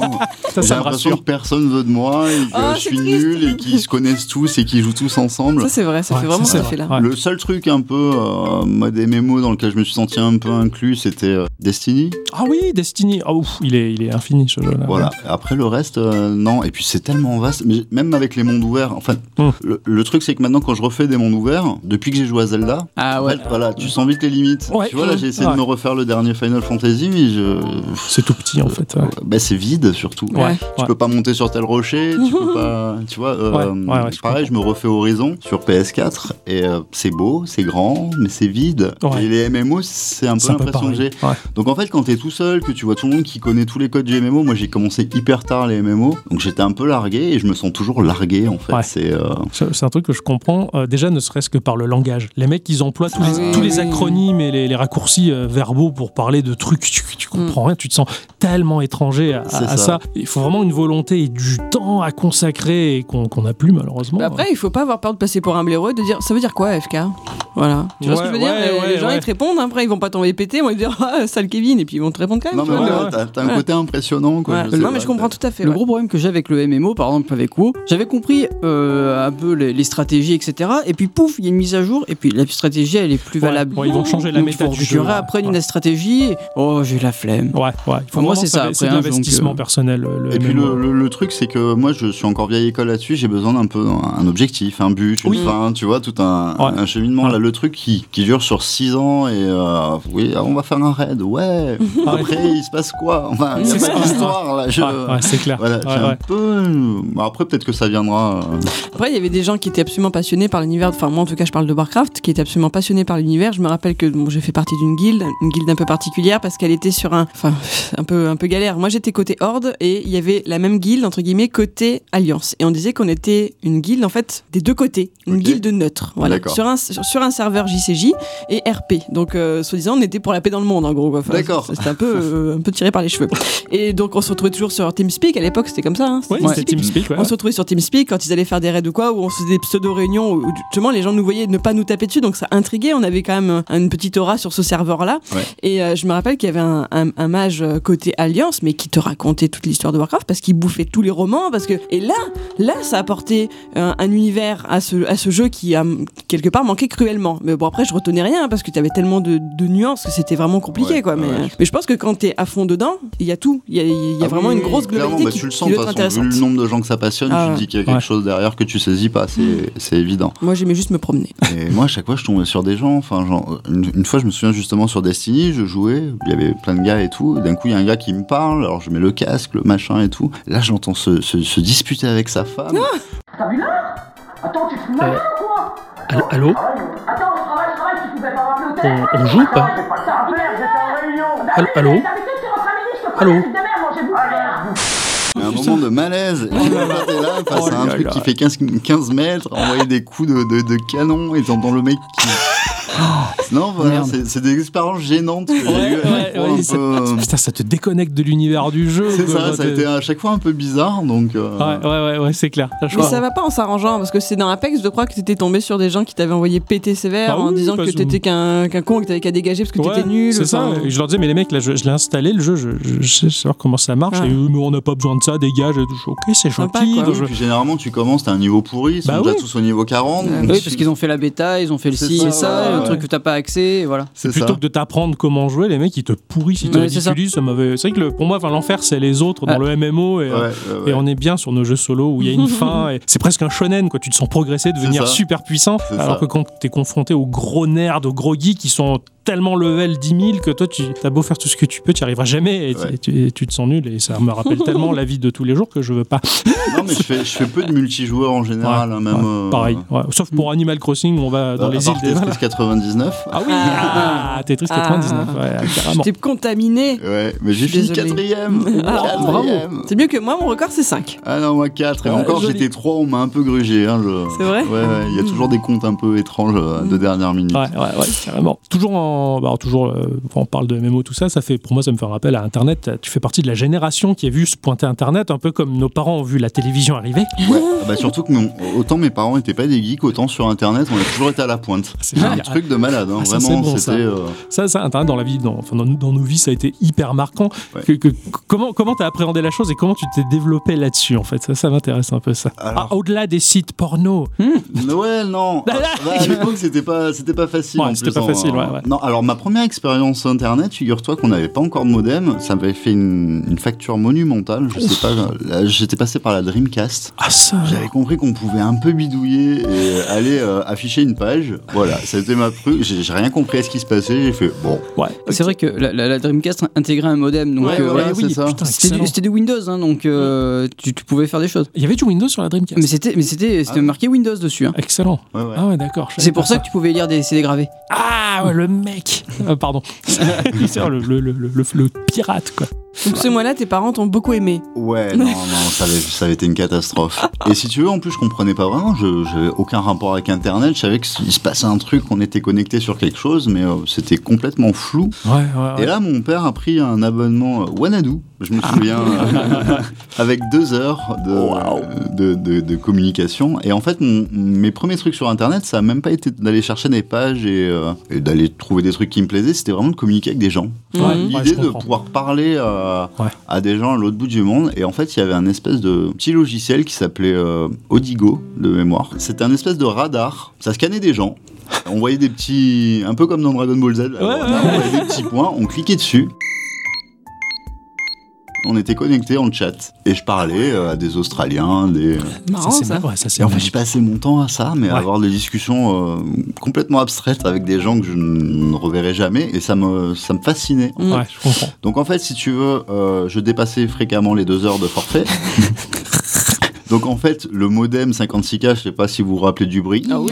S2: Ça,
S3: J'ai
S2: ça me
S3: l'impression
S2: rassure.
S3: que personne veut de moi et que
S4: Oh,
S3: je
S4: c'est
S3: suis
S4: triste.
S3: nul et qu'ils se connaissent tous et qu'ils jouent tous ensemble.
S4: Mm. Ça c'est vrai ça
S2: Ouais,
S4: fait vraiment
S2: c'est
S4: cet
S2: vrai.
S4: effet là.
S2: Ouais.
S3: Le seul truc un peu euh, mode MMO dans lequel je me suis senti un peu inclus, c'était euh, Destiny.
S2: Ah oui, Destiny. Ah ouf, il est, il est infini ce jeu-là.
S3: Voilà. Après le reste, euh, non. Et puis c'est tellement vaste, mais même avec les mondes ouverts. Enfin,
S2: Hmm.
S3: le, le truc c'est que maintenant quand je refais des mondes ouverts, depuis que j'ai joué à Zelda,
S5: Ah
S3: en
S5: ouais.
S3: fait, voilà, tu sens vite les limites.
S2: Ouais.
S3: Tu vois là, j'ai essayé
S2: Ouais.
S3: de me refaire le dernier Final Fantasy, mais je,
S2: C'est tout petit en fait. ouais.
S3: bah, c'est vide surtout.
S2: Ouais, ouais.
S3: Tu peux pas monter sur tel rocher, tu peux pas. Tu vois, euh,
S2: Ouais, ouais, ouais, je
S3: pareil, je me refais Horizon sur PS4 et euh, c'est beau, c'est grand, mais c'est vide.
S2: Ouais.
S3: Et les MMO, c'est un peu
S2: C'est un peu
S3: l'impression que
S2: pareil.
S3: j'ai.
S2: Ouais.
S3: Donc en fait, quand t'es tout seul, que tu vois tout le monde qui connaît tous les codes du MMO, moi j'ai commencé hyper tard les MMO, donc j'étais un peu largué et je me sens toujours largué en fait.
S2: Ouais.
S3: C'est. euh,
S2: Ça, C'est un truc que je comprends euh, déjà, ne serait-ce que par le langage. Les mecs, ils emploient tous les,
S4: Ah oui,
S2: tous les
S4: oui.
S2: acronymes et les, les raccourcis euh, verbaux pour parler de trucs. Tu, tu comprends
S4: Mm.
S2: rien, tu te sens tellement étranger à,
S3: C'est
S2: à- à ça.
S3: ça.
S2: Il faut vraiment une volonté et du temps à consacrer et qu'on qu'on n'a plus malheureusement.
S4: Bah après, il faut pas avoir peur de passer pour un blaireau et de dire ça veut dire quoi FK Voilà. Tu
S2: Ouais,
S4: vois ce que je veux dire
S2: ouais,
S4: Les- Les
S2: ouais,
S4: gens
S2: ouais.
S4: ils te répondent, hein. après ils vont pas t'envoyer péter, ils vont te dire ah, sale Kevin, et puis ils vont te répondre quand même.
S3: Non
S4: tu
S3: mais
S4: vois.
S2: ouais,
S3: voilà,
S2: ouais.
S3: t'as t'as un côté impressionnant quoi.
S4: Ouais.
S3: je sais
S4: Non mais
S3: pas,
S4: je comprends tout à fait.
S5: Le
S4: ouais.
S5: gros problème que j'ai avec le MMO, par exemple avec WoW, j'avais compris euh, un peu les, les stratégies, etc. Et puis pouf, il y a une mise à jour, et puis la stratégie, elle est plus
S2: Ouais,
S5: valable.
S2: ouais, ils vont changer la
S5: Donc,
S2: méta
S5: il faut
S2: du
S5: que
S2: jeu.
S5: tu réapprennes
S2: ouais.
S5: une stratégie. Oh, j'ai la flemme.
S2: Ouais, ouais, il faut
S5: Moi,
S2: tendance
S5: c'est ça,
S2: à- C'est de
S5: après, hein,
S2: l'investissement
S5: donc, euh,
S2: personnel. Le
S3: Et puis
S2: MMO.
S3: le, le- le truc, c'est que moi, je suis encore vieille école là-dessus. J'ai besoin d'un peu un objectif, un but, une
S2: Oui.
S3: fin, tu vois, tout un,
S2: Ouais.
S3: un cheminement. Là, le truc qui, qui dure sur 6 ans et euh, oui, on va faire un raid, ouais.
S2: Ah ouais.
S3: Après, il se passe quoi Enfin, il y a
S2: C'est
S3: pas
S2: ça.
S3: d'histoire là. je-
S2: Ouais, ouais, c'est clair.
S3: Voilà,
S2: Ouais,
S3: j'ai un
S2: ouais.
S3: peu. bah, après, peut-être que ça viendra. euh,
S4: Après, il y avait des gens qui étaient absolument passionnés par l'univers. Enfin, moi, en tout cas, je parle de Warcraft, qui étaient absolument passionnés par l'univers. Je me rappelle que bon, j'ai fait partie d'une guilde, une guilde un peu particulière parce qu'elle était sur un, enfin, un peu, un peu galère. Moi, j'étais côté Horde et il y avait la même guilde entre guillemets côté Alliance. Et on disait qu'on était une guilde en fait des deux côtés, une
S3: Ok.
S4: guilde neutre, voilà,
S3: D'accord.
S4: sur un sur sur un serveur JCJ et RP. Donc, euh, soi-disant, on était pour la paix dans le monde, en gros. quoi. Enfin,
S3: D'accord.
S4: C'était un peu, euh, un peu tiré par les cheveux. Et donc, on se retrouvait toujours sur TeamSpeak. À l'époque, c'était comme ça. hein. C'était
S2: Ouais,
S4: TeamSpeak.
S2: c'était TeamSpeak. ouais.
S4: On se retrouvait sur TeamSpeak quand ils allaient faire des raids ou quoi, où on se faisait des pseudo-réunions où justement les gens nous voyaient ne pas nous taper dessus, donc ça intriguait. On avait quand même euh, une petite aura sur ce serveur-là.
S3: Ouais.
S4: Et euh, je me rappelle qu'il y avait un, un- un mage euh, côté Alliance, mais qui te racontait toute l'histoire de Warcraft parce qu'il bouffait tous les romans. Parce que... Et là, là, ça apportait un, un univers à ce, à ce jeu qui, a, quelque part, manquait cruellement. Mais bon, après, je retenais rien hein, parce que tu avais tellement de, de nuances que c'était vraiment compliqué,
S3: Ouais,
S4: quoi. Mais,
S3: ouais.
S4: euh, mais je pense que quand tu es à fond dedans, il y a tout. Il y a, il y a
S3: Ah
S4: vraiment
S3: oui,
S4: une
S3: oui,
S4: grosse
S3: clairement,
S4: globalité
S3: bah,
S4: qui,
S3: tu le
S4: qui
S3: sens,
S4: doit être
S3: de toute façon,
S4: intéressante.
S3: vu le nombre de gens que ça passionne,
S4: Ah, Mm.
S3: tu te dis qu'il y a quelque
S2: ouais.
S3: chose derrière que tu saisis pas, c'est c'est évident.
S4: Moi, j'aimais juste me promener.
S3: Et moi, à chaque fois, je tombais sur des gens. Enfin, genre, une, une fois, je me souviens justement sur Destiny, je jouais, il y avait plein de gars et tout. Et d'un coup, il y a un gars qui me parle, alors je mets le casque, le machin et tout. Là, j'entends se, se- se disputer avec sa femme.
S4: Ah,
S9: Euh, Allô, allô on, on joue ou Ah, pas Allô Allô Allô
S3: Et un moment de malaise.
S4: Oh
S3: Et tu vois, t'es là face à un truc qui fait 15, 15 mètres, envoyer des coups de, de- de canon et t'entends le mec qui.
S4: Oh,
S3: Non, voilà,
S1: Merde.
S3: c'est c'est des expériences gênantes que j'ai
S2: Ouais,
S3: eues à
S2: ouais,
S3: chaque fois,
S2: ouais,
S3: un
S2: ça-
S3: peu- euh,
S2: Putain, ça te déconnecte de l'univers du jeu.
S3: C'est
S2: quoi,
S3: ça,
S2: quand
S3: ça a
S2: t'es-
S3: été à chaque fois un peu bizarre, donc. euh,
S2: Ouais, ouais, ouais, ouais, c'est clair. Ça, je
S4: Mais
S2: crois.
S4: ça va pas en s'arrangeant, parce que c'est dans Apex, je crois que t'étais tombé sur des gens qui t'avaient envoyé péter sévère
S2: Bah
S4: en
S2: oui,
S4: disant
S2: parce
S4: que
S2: que-
S4: t'étais qu'un qu'un con et que t'avais qu'à dégager parce que
S2: Ouais,
S4: t'étais nul.
S2: C'est ça.
S4: enfin.
S2: Et Je leur disais, mais les mecs, là, je, je l'ai installé, le jeu, je, je- je sais savoir comment ça marche.
S4: Ah.
S2: Et eux, mais on n'a pas besoin de ça, dégage. Et tout. Je- Ok, c'est
S4: Sympa,
S2: gentil.
S4: quoi.
S3: Oui,
S2: je-
S3: puis généralement, tu commences, t'as un niveau pourri, ils sont
S2: Bah
S3: déjà
S2: oui.
S3: tous au niveau 40.
S4: Ouais.
S3: donc
S5: Oui,
S3: tu-
S5: parce qu'ils ont fait la bêta, ils ont fait le
S3: C'est
S5: ci
S3: ça,
S5: et ça,
S3: ouais,
S5: le
S3: ouais.
S5: truc que t'as pas accès, et voilà.
S3: C'est
S2: Plutôt
S3: ça.
S2: que de t'apprendre comment jouer, les mecs, ils te pourrissent, ils te
S5: Ouais, c'est ça.
S2: ridiculisent. Ça m'avait- C'est vrai que le- pour moi, enfin, l'enfer, c'est les autres dans
S5: Ah.
S2: le MMO. Et,
S3: Ouais,
S2: euh,
S3: ouais, ouais.
S2: Et on est bien sur nos jeux solo où il y a une fin. et C'est presque un shonen, quoi. Tu te sens progresser, devenir
S3: ça.
S2: super puissant.
S3: C'est
S2: Alors
S3: ça.
S2: que quand t'es confronté aux gros nerds, aux gros geeks qui sont tellement level 10 000 que toi, tu as beau faire tout ce que tu peux, tu arriveras jamais et, tu-
S3: Ouais.
S2: et tu, et tu te sens nul. Et ça me rappelle tellement la vie de tous les jours que je veux pas.
S3: Non, mais je fais, je fais peu de multijoueurs en général, hein, même.
S2: Ouais,
S3: euh,
S2: Pareil. Ouais. Sauf pour Animal Crossing, on va dans
S3: euh,
S2: les
S3: à
S2: îles
S3: part
S2: des.
S3: Tetris 99.
S2: Ah oui, ah, Tetris
S4: Ah.
S2: 99, ouais, carrément.
S4: J'étais
S2: Euh,
S4: contaminé.
S3: Ouais, mais
S4: Je suis
S3: j'ai fini
S4: désolée.
S3: quatrième.
S4: Ah,
S3: Quatrième.
S4: C'est mieux que moi, mon record c'est 5.
S3: Ah non, moi 4. Et
S2: Ouais,
S3: encore,
S2: joli.
S3: j'étais 3, on m'a un peu grugé. Hein, je-
S4: C'est vrai Mm.
S3: Ouais, ouais, il y a toujours des comptes un peu étranges euh, de dernière minute.
S2: Ouais, ouais, ouais, carrément. Toujours en. bah, alors, toujours, euh, on parle de MMO, tout ça, ça fait, pour moi, ça me fait un rappel à Internet. Tu fais partie de la génération qui a vu se pointer Internet, un peu comme nos parents ont vu la télévision arriver.
S3: Ouais. Ah bah, surtout que mon- autant mes parents n'étaient pas des geeks, autant sur internet, on a toujours été à la pointe.
S2: C'est
S3: C'est un
S2: génial.
S3: truc de malade, hein,
S2: Ah, ça,
S3: vraiment.
S2: c'est bon, ça.
S3: C'était. euh,
S2: Ça, ça, Internet dans la vie, dans, enfin, dans, dans nos vies, ça a été hyper marquant.
S3: Ouais.
S2: Que- que- comment comment t'as appréhendé la chose et comment tu t'es développé là-dessus, en fait Ça, ça m'intéresse un peu, ça.
S3: Alors-
S2: Ah, Au-delà des sites porno.
S3: Noël, non. Ah, bah, à l'époque, c'était pas, c'était pas facile.
S2: Ouais,
S3: en
S2: c'était
S3: plus,
S2: pas
S3: hein.
S2: facile, ouais, ouais.
S3: Non, alors ma première expérience internet, figure-toi qu'on n'avait pas encore de modem. Ça m'avait fait une, une facture monumentale. Je sais pas. là, J'étais passé par la Dreamcast.
S2: Ah, ça
S3: J'avais compris qu'on pouvait un peu bidouiller et aller euh, afficher une page. Voilà, c'était ma prue. J'ai j'ai rien compris à ce qui se passait. J'ai fait bon.
S2: Ouais.
S5: C'est vrai que la, la- la Dreamcast intégrait un modem, donc
S3: Ouais,
S5: euh,
S3: voilà,
S5: ouais,
S3: c'est ça.
S2: Putain,
S5: c'était
S2: excellent.
S5: du, c'était du Windows, hein, donc euh, tu, tu pouvais faire des choses.
S2: Il y avait du Windows sur la Dreamcast.
S5: Mais c'était mais c'était c'était
S3: Ah.
S5: marqué Windows dessus. hein.
S2: Excellent.
S3: Ouais, ouais.
S2: Ah ouais, d'accord. je savais
S5: C'est
S2: pas
S5: pour ça que tu pouvais lire des CD gravés.
S2: Ah ouais, le mec Ah, Pardon. le, le, le, le- le pirate, quoi.
S4: Donc ce mois-là, tes parents t'ont beaucoup aimé.
S3: Ouais, non, non, ça avait, ça avait été une catastrophe. Et si tu veux, en plus, je comprenais pas vraiment. Je j'avais aucun rapport avec Internet. Je savais qu'il se passait un truc, on était connecté sur quelque chose, mais euh, c'était complètement flou.
S2: Ouais, Ah ouais,
S3: Et là, mon père a pris un abonnement euh, Wanadu, je me souviens, euh, avec deux heures de, de, de- de communication. Et en fait, mon- mes premiers trucs sur Internet, ça a même pas été d'aller chercher des pages et, euh, et d'aller trouver des trucs qui me plaisaient, c'était vraiment de communiquer avec des gens.
S2: Ouais,
S4: Mmh.
S3: L'idée
S2: ouais, je
S3: de
S2: comprends.
S3: pouvoir parler euh,
S2: Ouais.
S3: à des gens à l'autre bout du monde. Et en fait, il y avait un espèce de petit logiciel qui s'appelait euh, Odigo, de mémoire. C'était un espèce de radar. Ça scannait des gens. On voyait des petits. Un peu comme dans Dragon Ball Z. là,
S2: Ouais,
S3: on voyait des petits points, on cliquait dessus. on était connectés en chat. Et je parlais euh, à des Australiens, des.
S4: Marrant
S2: c'est
S4: ça.
S2: ma- ouais, ça, c'est
S3: Et en fait,
S2: marrant.
S3: j'ai passé mon temps à ça, mais à
S2: Ouais.
S3: avoir des discussions euh, complètement abstraites avec des gens que je ne reverrai jamais, et ça me, ça me fascinait. en fait.
S2: Ouais, je comprends.
S3: Donc en fait, si tu veux, euh, je dépassais fréquemment les deux heures de forfait. Donc en fait, le modem 56K, je sais pas si vous vous rappelez du bruit.
S4: Ah oui.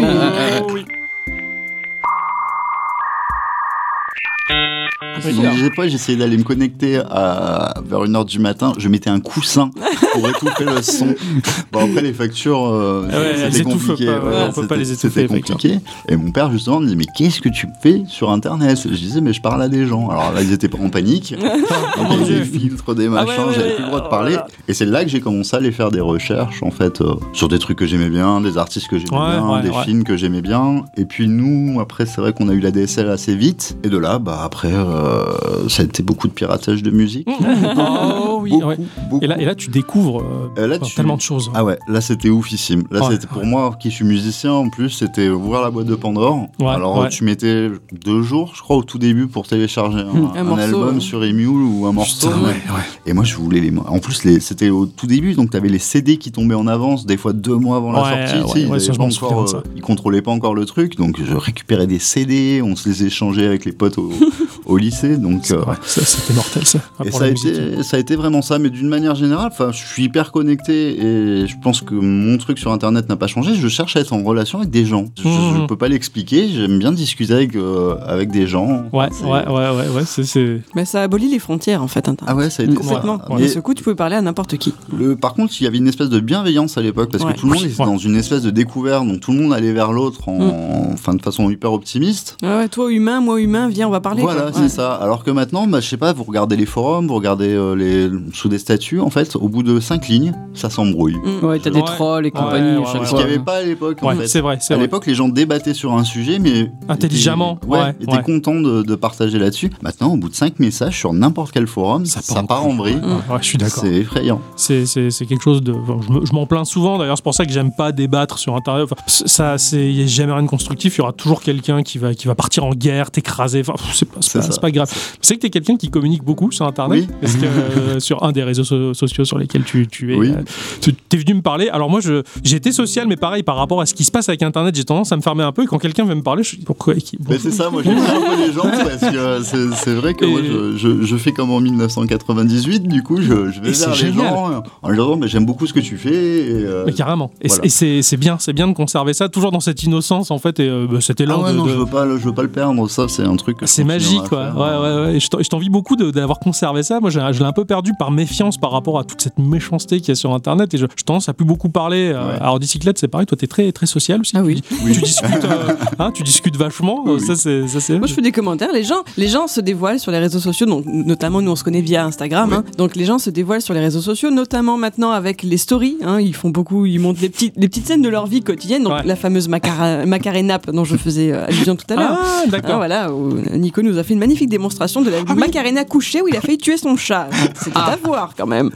S3: Donc, je sais pas, j'essayais d'aller me connecter à, vers une heure du matin. Je mettais un coussin pour étouffer le son. Bon, après, les factures, euh,
S2: Ah ouais, elles
S3: c'était
S2: étouffent pas,
S3: compliqué.
S2: ouais, on peut
S3: c'était-
S2: pas les étouffer,
S3: C'était compliqué. Et mon père, justement, me dit Mais qu'est-ce que tu fais sur Internet Je disais Mais je parle à des gens. Alors là, ils étaient pas en panique.
S2: Oh,
S3: Donc, il y avait des filtres, des machins,
S2: Ah ouais, ouais,
S3: j'avais
S2: ouais,
S3: plus le droit de
S2: oh
S3: parler.
S2: là.
S3: Et c'est là que j'ai commencé à aller faire des recherches, en fait, euh, sur des trucs que j'aimais bien, des artistes que j'aimais
S2: Ouais,
S3: bien,
S2: ouais,
S3: des
S2: ouais.
S3: films que j'aimais bien. Et puis nous, après, c'est vrai qu'on a eu la DSL assez vite. Et de là, bah après, euh, ça a été beaucoup de piratage de musique.
S2: Oh oui,
S3: beaucoup,
S2: ouais.
S3: beaucoup.
S2: Et là, et là, tu découvres euh,
S3: Euh, là,
S2: enfin,
S3: tu-
S2: tellement de choses. hein.
S3: Ah ouais, là c'était oufissime. Là
S2: Ouais,
S3: c'était pour
S2: ouais.
S3: moi qui suis musicien en plus, c'était ouvrir la boîte de Pandore.
S2: Ouais,
S3: Alors
S2: ouais.
S3: tu mettais deux jours, je crois, au tout début pour télécharger un,
S4: Hmm, un
S3: un
S4: morceau,
S3: album
S4: ouais.
S3: sur Emule ou un morceau.
S2: Putain, ouais,
S3: Et moi je voulais les. mo- En plus les... c'était au tout début, donc t'avais les CD qui tombaient en avance, des fois deux mois avant
S2: Ouais,
S3: la sortie. tu sais,
S2: ouais, ouais,
S3: ils,
S2: ça,
S3: avaient
S2: je
S3: pas
S2: m'en souviens
S3: encore,
S2: de ça.
S3: euh, ils contrôlaient pas encore le truc, donc je récupérais des CD, on se les échangeait avec les potes au, au lycée, donc. euh,
S2: Ouais, ça, c'était mortel ça. Ah,
S3: et
S2: pour
S3: ça a,
S2: la musique.
S3: été, ça a été vraiment ça, mais d'une manière générale, enfin, je suis hyper connecté et je pense que mon truc sur Internet n'a pas changé. Je cherche à être en relation avec des gens. Je,
S2: Mhm.
S3: je peux pas l'expliquer. J'aime bien discuter avec, euh, avec des gens.
S2: Ouais,
S3: C'est-
S2: ouais, ouais, ouais, ouais, c'est- c'est.
S4: Mais ça abolit les frontières en fait. hein, Internet.
S3: Ah ouais, ça a été
S2: Complètement.
S3: ça.
S2: Ouais.
S4: De
S3: Mais
S4: ce coup, tu pouvais parler à n'importe qui.
S3: le- par contre, il y avait une espèce de bienveillance à l'époque parce
S4: Ouais.
S3: que tout le monde
S2: Oui,
S3: était
S2: ouais. Mm.
S3: dans une espèce de découverte, donc tout le monde allait vers l'autre en, enfin, de façon hyper optimiste.
S4: Ouais, ouais, toi humain, moi humain, viens, on va parler.
S3: Voilà,
S4: quoi.
S3: c'est
S4: Ouais.
S3: ça. Alors que maintenant, bah, je sais pas, vous regardez les forums, vous regardez euh, les sous des statuts, en fait, au bout de cinq lignes, ça s'embrouille.
S4: Mmh.
S5: Ouais, t'as des
S2: Ouais.
S5: trolls et
S2: Ouais,
S5: compagnie
S2: ouais,
S5: à chaque
S2: ouais,
S3: Ce qu'il
S5: fois.
S3: n'y avait pas à l'époque, en
S2: Ouais,
S3: fait.
S2: c'est vrai, c'est
S3: À
S2: vrai.
S3: l'époque, les gens débattaient sur un sujet, mais.
S2: Intelligemment,
S3: étaient-
S2: ouais,
S3: étaient
S2: ouais.
S3: contents de, de partager là-dessus. Maintenant, au bout de 5 messages sur n'importe quel forum, ça, part, en vrille.
S2: Ouais, ouais, je suis d'accord.
S3: C'est effrayant.
S2: C'est- C'est c'est quelque chose de. bon, je me- je m'en plains souvent, d'ailleurs, c'est pour ça que j'aime pas débattre sur Internet. Enfin, c- ça, c'est il y a jamais rien de constructif. Il y aura toujours quelqu'un qui va, qui va partir en guerre, t'écraser. Enfin, pff, c'est pas, c'est
S3: C'est
S2: pas-
S3: ça.
S2: c'est pas grave. C'est que t'es quelqu'un qui communique beaucoup sur Internet.
S3: Oui.
S2: Parce que euh, sur un des réseaux so- sociaux sur lesquels tu, tu es,
S3: Oui.
S2: euh, tu t'es venu me parler. Alors moi, je- j'étais social, mais pareil, par rapport à ce qui se passe avec Internet, j'ai tendance à me fermer un peu. Et quand quelqu'un veut me parler, je dis pourquoi qui- bon.
S3: Mais c'est ça, moi, j'aime bien un peu les gens parce que c'est- c'est vrai que
S2: Et-
S3: moi, je, je- je fais comme en 1998, du coup, je, je vais
S2: Et c'est
S3: vers les
S2: génial.
S3: gens euh, en leur disant, mais j'aime beaucoup ce que tu fais. et, euh,
S2: Mais carrément. Et
S3: Voilà.
S2: c'est- et c'est c'est bien, c'est bien de conserver ça, toujours dans cette innocence en fait, et euh, bah, cet
S3: ah
S2: élan
S3: ouais,
S2: de-
S3: non,
S2: de-
S3: je veux pas, le- je veux pas le perdre, ça, c'est un truc. que je
S2: C'est
S3: continuerai
S2: magique,
S3: à
S2: quoi.
S3: faire. hein.
S2: Ouais, ouais, ouais. Et Je t'en- je t'envie beaucoup de- d'avoir conservé ça. Moi, j'ai- je l'ai un peu perdu par méfiance par rapport à toute cette méchanceté qu'il y a sur Internet. Et je, je tendance à plus beaucoup parler. euh,
S3: Ouais.
S2: Alors, bicyclette, c'est pareil. Toi, t'es très, très social aussi.
S4: Ah
S2: tu
S4: oui.
S2: dis- Tu, discutes, euh, hein, tu discutes vachement.
S3: Oui,
S2: euh,
S3: oui.
S2: Ça, c'est. ça, c'est-
S4: Moi, je fais des commentaires. Les gens, les gens se dévoilent sur les réseaux sociaux. Donc, notamment, nous, on se connaît via Instagram. hein. donc, les gens se dévoilent sur les réseaux sociaux, notamment maintenant avec les stories. hein. ils font beaucoup, ils montent les petites, les petites scènes de leur vie quotidienne. Donc,
S2: Ouais.
S4: la fameuse macara, macarénape dont je faisais euh, allusion tout à l'heure.
S2: Ah,
S4: Hein,
S2: d'accord.
S4: voilà, où Nico nous a fait une magnifique démonstration de
S3: Ah
S4: la Macarena couchée où il a failli tuer son chat. C'est à voir quand même.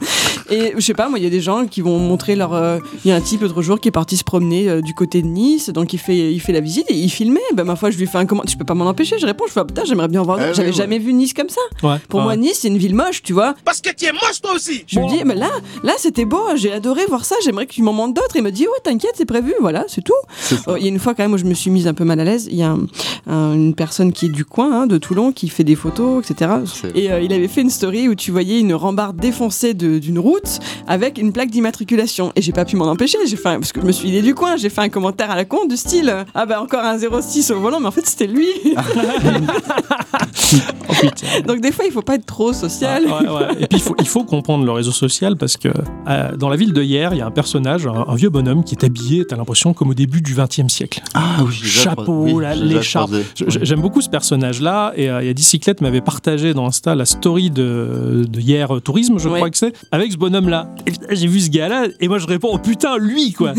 S4: Et je sais pas, moi, il y a des gens qui vont montrer leur. euh, Il y a un type l'autre jour qui est parti se promener euh, du côté de Nice, donc il fait, il fait la visite et il filmait. Ben, ma foi, je lui fais un commentaire. Je peux pas m'en empêcher, je réponds, je fais, ah, putain, j'aimerais bien voir.
S3: Ah oui,
S4: J'avais
S3: ouais. Ah.
S4: jamais vu Nice comme ça.
S2: Ouais,
S4: Pour
S2: ouais.
S4: moi, Nice, c'est une ville moche, tu vois. Parce que tu es moche, toi aussi Je lui dis, mais là, là c'était beau, j'ai adoré voir ça, j'aimerais que tu m'en montres d'autres. Il me dit, ouais, t'inquiète, c'est prévu, voilà, c'est tout.
S3: C'est ça.
S4: Oh, Il y a une fois quand même où je me suis mise un peu mal à l'aise. Il y a un- un- une personne qui est du coin, hein, de Toulon, qui fait des photos, etc.
S3: C'est-
S4: Et euh, il avait fait une story où tu voyais une rambarde défoncée de- d'une route avec une plaque d'immatriculation. Et j'ai pas pu m'en empêcher, j'ai fait un- parce que je me suis idée du coin, j'ai fait un commentaire à la con du style euh, Ah bah encore un 06 au volant, mais en fait c'était lui.
S2: Oh, putain. Ah,
S4: Donc des fois il faut pas être trop social.
S2: Ouais, ouais, ouais. Et puis il faut, il faut comprendre le réseau social parce que euh, dans la ville de hier, il y a un personnage, un, un vieux bonhomme qui est habillé, t'as l'impression comme au début du XXe siècle.
S3: Ah oui, j'ai déjà
S2: chapeau,
S3: croisé. Oui,
S2: la-
S3: j'ai déjà
S2: l'écharpe.
S3: croisé.
S2: Je- je- J'aime beaucoup ce personnage-là. Et euh, il y a Dicyclette m'avait partagé dans Insta la story de, de hier euh, Tourisme, je
S4: Ouais.
S2: crois que c'est, avec ce bonhomme-là. Et putain, J'ai vu ce gars-là et moi je réponds oh putain lui quoi.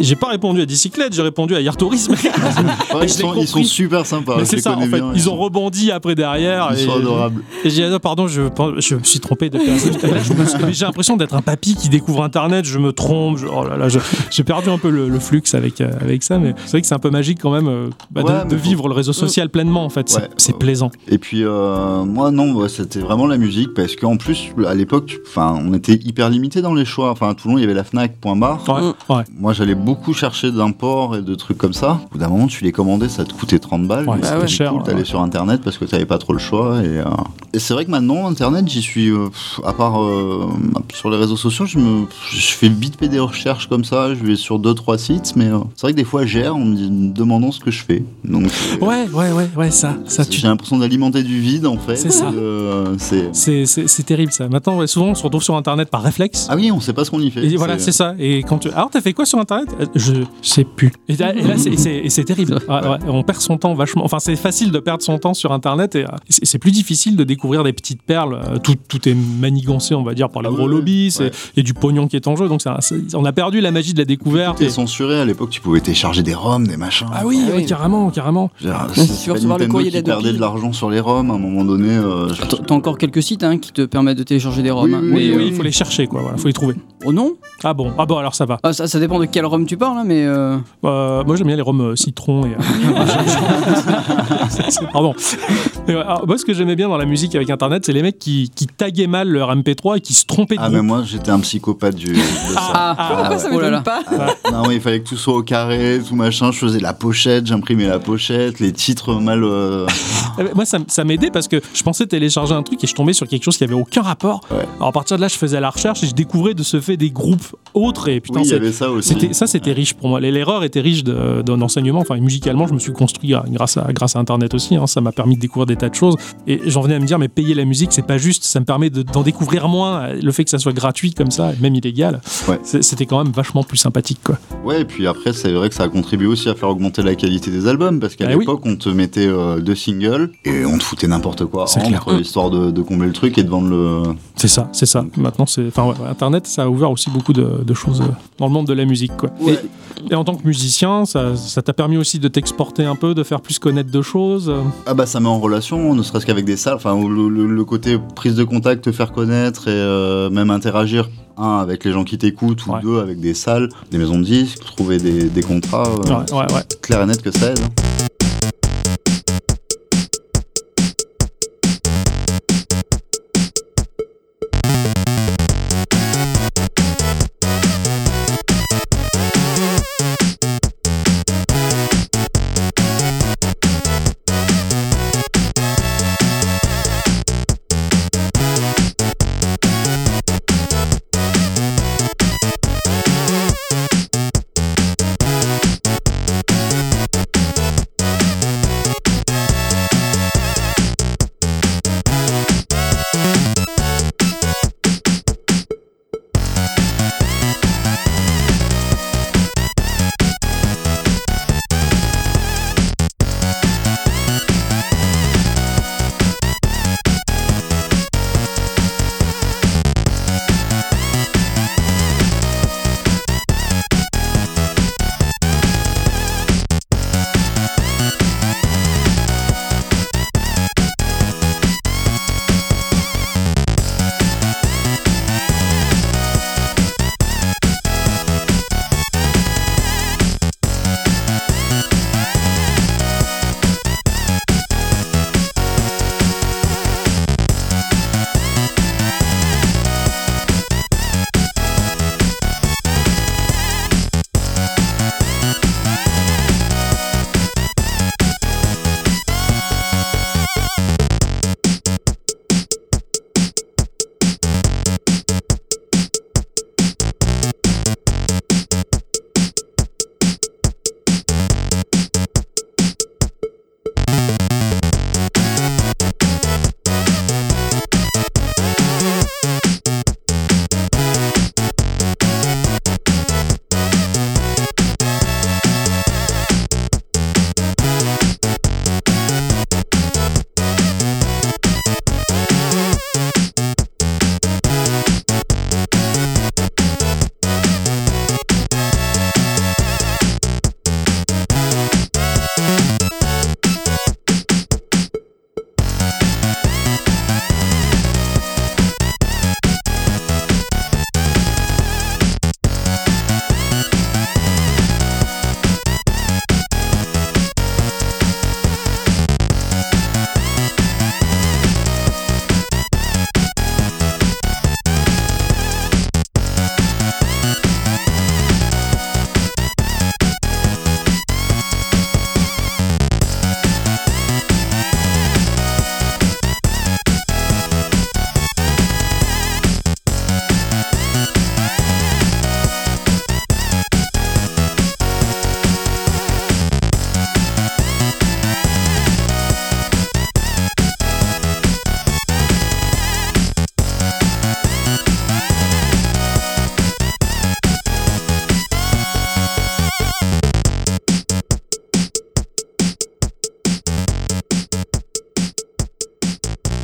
S2: j'ai pas répondu à Dicyclette, j'ai répondu à hier Tourisme.
S3: Ouais,
S2: Et
S3: ils,
S2: je l'ai
S3: sont, ils sont
S2: compris.
S3: super sympas.
S2: Mais
S3: je
S2: c'est
S3: les
S2: ça en
S3: connais
S2: fait.
S3: bien,
S2: ils ont rebondi après derrière.
S3: Ils sont
S2: et-
S3: adorables.
S2: et j'ai dit, ah non, pardon, je, pense- je me suis trompé de personne. Là, je me- mais J'ai l'impression d'être un papy qui découvre Internet, je me trompe. je- oh là là, je- j'ai perdu un peu le, le flux avec, euh, avec ça, mais c'est vrai que c'est un peu magique quand même euh, bah, de-
S3: Ouais,
S2: de,
S3: mais faut-
S2: vivre le réseau social pleinement en fait. C'est-
S3: Ouais,
S2: c'est
S3: ouais.
S2: plaisant.
S3: Et puis euh, moi non, ouais, c'était vraiment la musique parce qu'en plus à l'époque, tu- enfin, on était hyper limité dans les choix. Enfin, à Toulon, il y avait la Fnac, point barre.
S2: Ouais, ouais.
S3: Moi, j'allais beaucoup chercher d'imports et de trucs comme ça. Au bout d'un moment, tu les commandais, ça te coûtait 30 balles.
S2: Ouais,
S3: mais
S2: c'était
S3: c'était
S2: cher,
S3: cool, T'allais
S2: ouais.
S3: sur Internet parce que t'avais pas trop le choix. Et, euh, et c'est vrai que maintenant, Internet, j'y suis. euh, pff, à part euh, sur les réseaux sociaux, je, me, je fais vite fait des recherches comme ça. Je vais sur deux trois sites, mais euh, c'est vrai que des fois, j'erre en me dis- me demandant ce que je fais. Donc, euh,
S2: Ouais, ouais, ouais, ouais, ça, ça
S3: c'est-
S2: tu.
S3: J'ai l'impression d'alimenter du vide en fait.
S2: C'est ça.
S3: Euh, c'est-
S2: C'est c'est- c'est terrible ça. Maintenant, ouais, souvent, on se retrouve sur Internet par réflexe.
S3: Ah oui, on sait pas ce qu'on y fait.
S2: Et voilà, c'est ça. Et quand tu... Alors, t'as fait quoi sur Internet Euh, Je sais plus. Et là, et là, c'est- et c'est et c'est terrible. Ouais, ouais. On perd son temps vachement. Enfin, c'est facile de perdre son temps sur Internet et euh, c'est c'est plus difficile de découvrir des petites perles. Euh, Tout, tout est manigancé, on va dire, par les
S3: Ah
S2: gros
S3: ouais,
S2: lobbies.
S3: ouais.
S2: c'est- Il y a du pognon qui est en jeu. Donc, ça- c'est- on a perdu la magie de la découverte.
S3: T'es
S2: Et-
S3: censuré à l'époque, tu pouvais télécharger des ROM, des machins.
S2: Ah oui,
S4: Ah
S2: ouais,
S4: oui.
S2: carrément, carrément.
S3: Je veux dire,
S4: si
S3: c'est
S4: tu veux
S3: pas
S4: recevoir le
S3: Nintendo
S4: courrier
S3: qui
S4: d'Adobe.
S3: perdait de l'argent sur les roms à un moment donné. euh, je-
S5: T'as t'as encore quelques sites hein, qui te permettent de télécharger des ROM.
S3: Oui,
S5: hein.
S3: oui,
S2: Oui,
S5: mais,
S2: oui,
S5: euh,
S2: il faut les chercher, quoi. Voilà, faut les trouver.
S5: Oh non
S2: Ah bon, ah bon, alors ça va.
S5: Ah, ça, ça dépend de quel ROM tu parles, hein, mais. euh,
S2: Euh, moi j'aime bien les roms euh, citron et. euh, c'est- c'est- Pardon. Mais ouais, alors, moi ce que j'aimais bien dans la musique avec internet, c'est les mecs qui, qui taguaient mal leur MP3 et qui se trompaient de
S3: Ah, mais
S2: groupe.
S3: moi j'étais un psychopathe du. de ça.
S5: Ah,
S4: Pourquoi ça
S5: oh là
S4: m'étonne
S5: là.
S4: pas
S3: Non, mais il fallait que tout soit au carré, tout machin. Je faisais la pochette, j'imprimais la pochette, les titres mal. euh,
S2: Ah, mais Moi ça, m- ça m'aidait parce que je pensais télécharger un truc et je tombais sur quelque chose qui avait aucun rapport. Alors à partir de là, je faisais la recherche et je découvrais de ce fait des groupes autres et putain,
S3: oui, il y
S2: c'est-
S3: avait ça aussi.
S2: c'était- ça c'était riche pour moi. L'erreur était riche de- d'un enseignement. Enfin, musicalement, je me suis construit euh, grâce à, grâce à Internet aussi. hein. ça m'a permis de découvrir des tas de choses. Et j'en venais à me dire, mais payer la musique, c'est pas juste. Ça me permet de- d'en découvrir moins. Le fait que ça soit gratuit comme ça, et même illégal,
S3: Ouais.
S2: c'est- c'était quand même vachement plus sympathique. Quoi.
S3: Ouais, et puis après, c'est vrai que ça a contribué aussi à faire augmenter la qualité des albums, parce qu'à
S2: Ah oui.
S3: l'époque, on te mettait euh, deux singles et on te foutait n'importe quoi,
S2: C'est
S3: entre, histoire de, de combler le truc et de vendre le.
S2: C'est ça, c'est
S3: Mm.
S2: ça. Maintenant, c'est. Enfin, ouais, ouais, Internet, ça a ouvert aussi beaucoup de, de choses euh, dans le monde de la musique. Quoi.
S3: Ouais.
S2: Et, et en tant que musicien, ça ça t'a permis aussi de t'exporter un peu, de faire plus connaître de choses. euh.
S3: Ah bah ça met en relation, ne serait-ce qu'avec des salles, enfin le, le- le côté prise de contact, te faire connaître et euh, même interagir, un avec les gens qui t'écoutent ou
S2: Ouais.
S3: deux avec des salles, des maisons de disques, trouver des, des contrats, euh,
S2: Ouais, ouais, ouais.
S3: clair et net que ça aide. hein.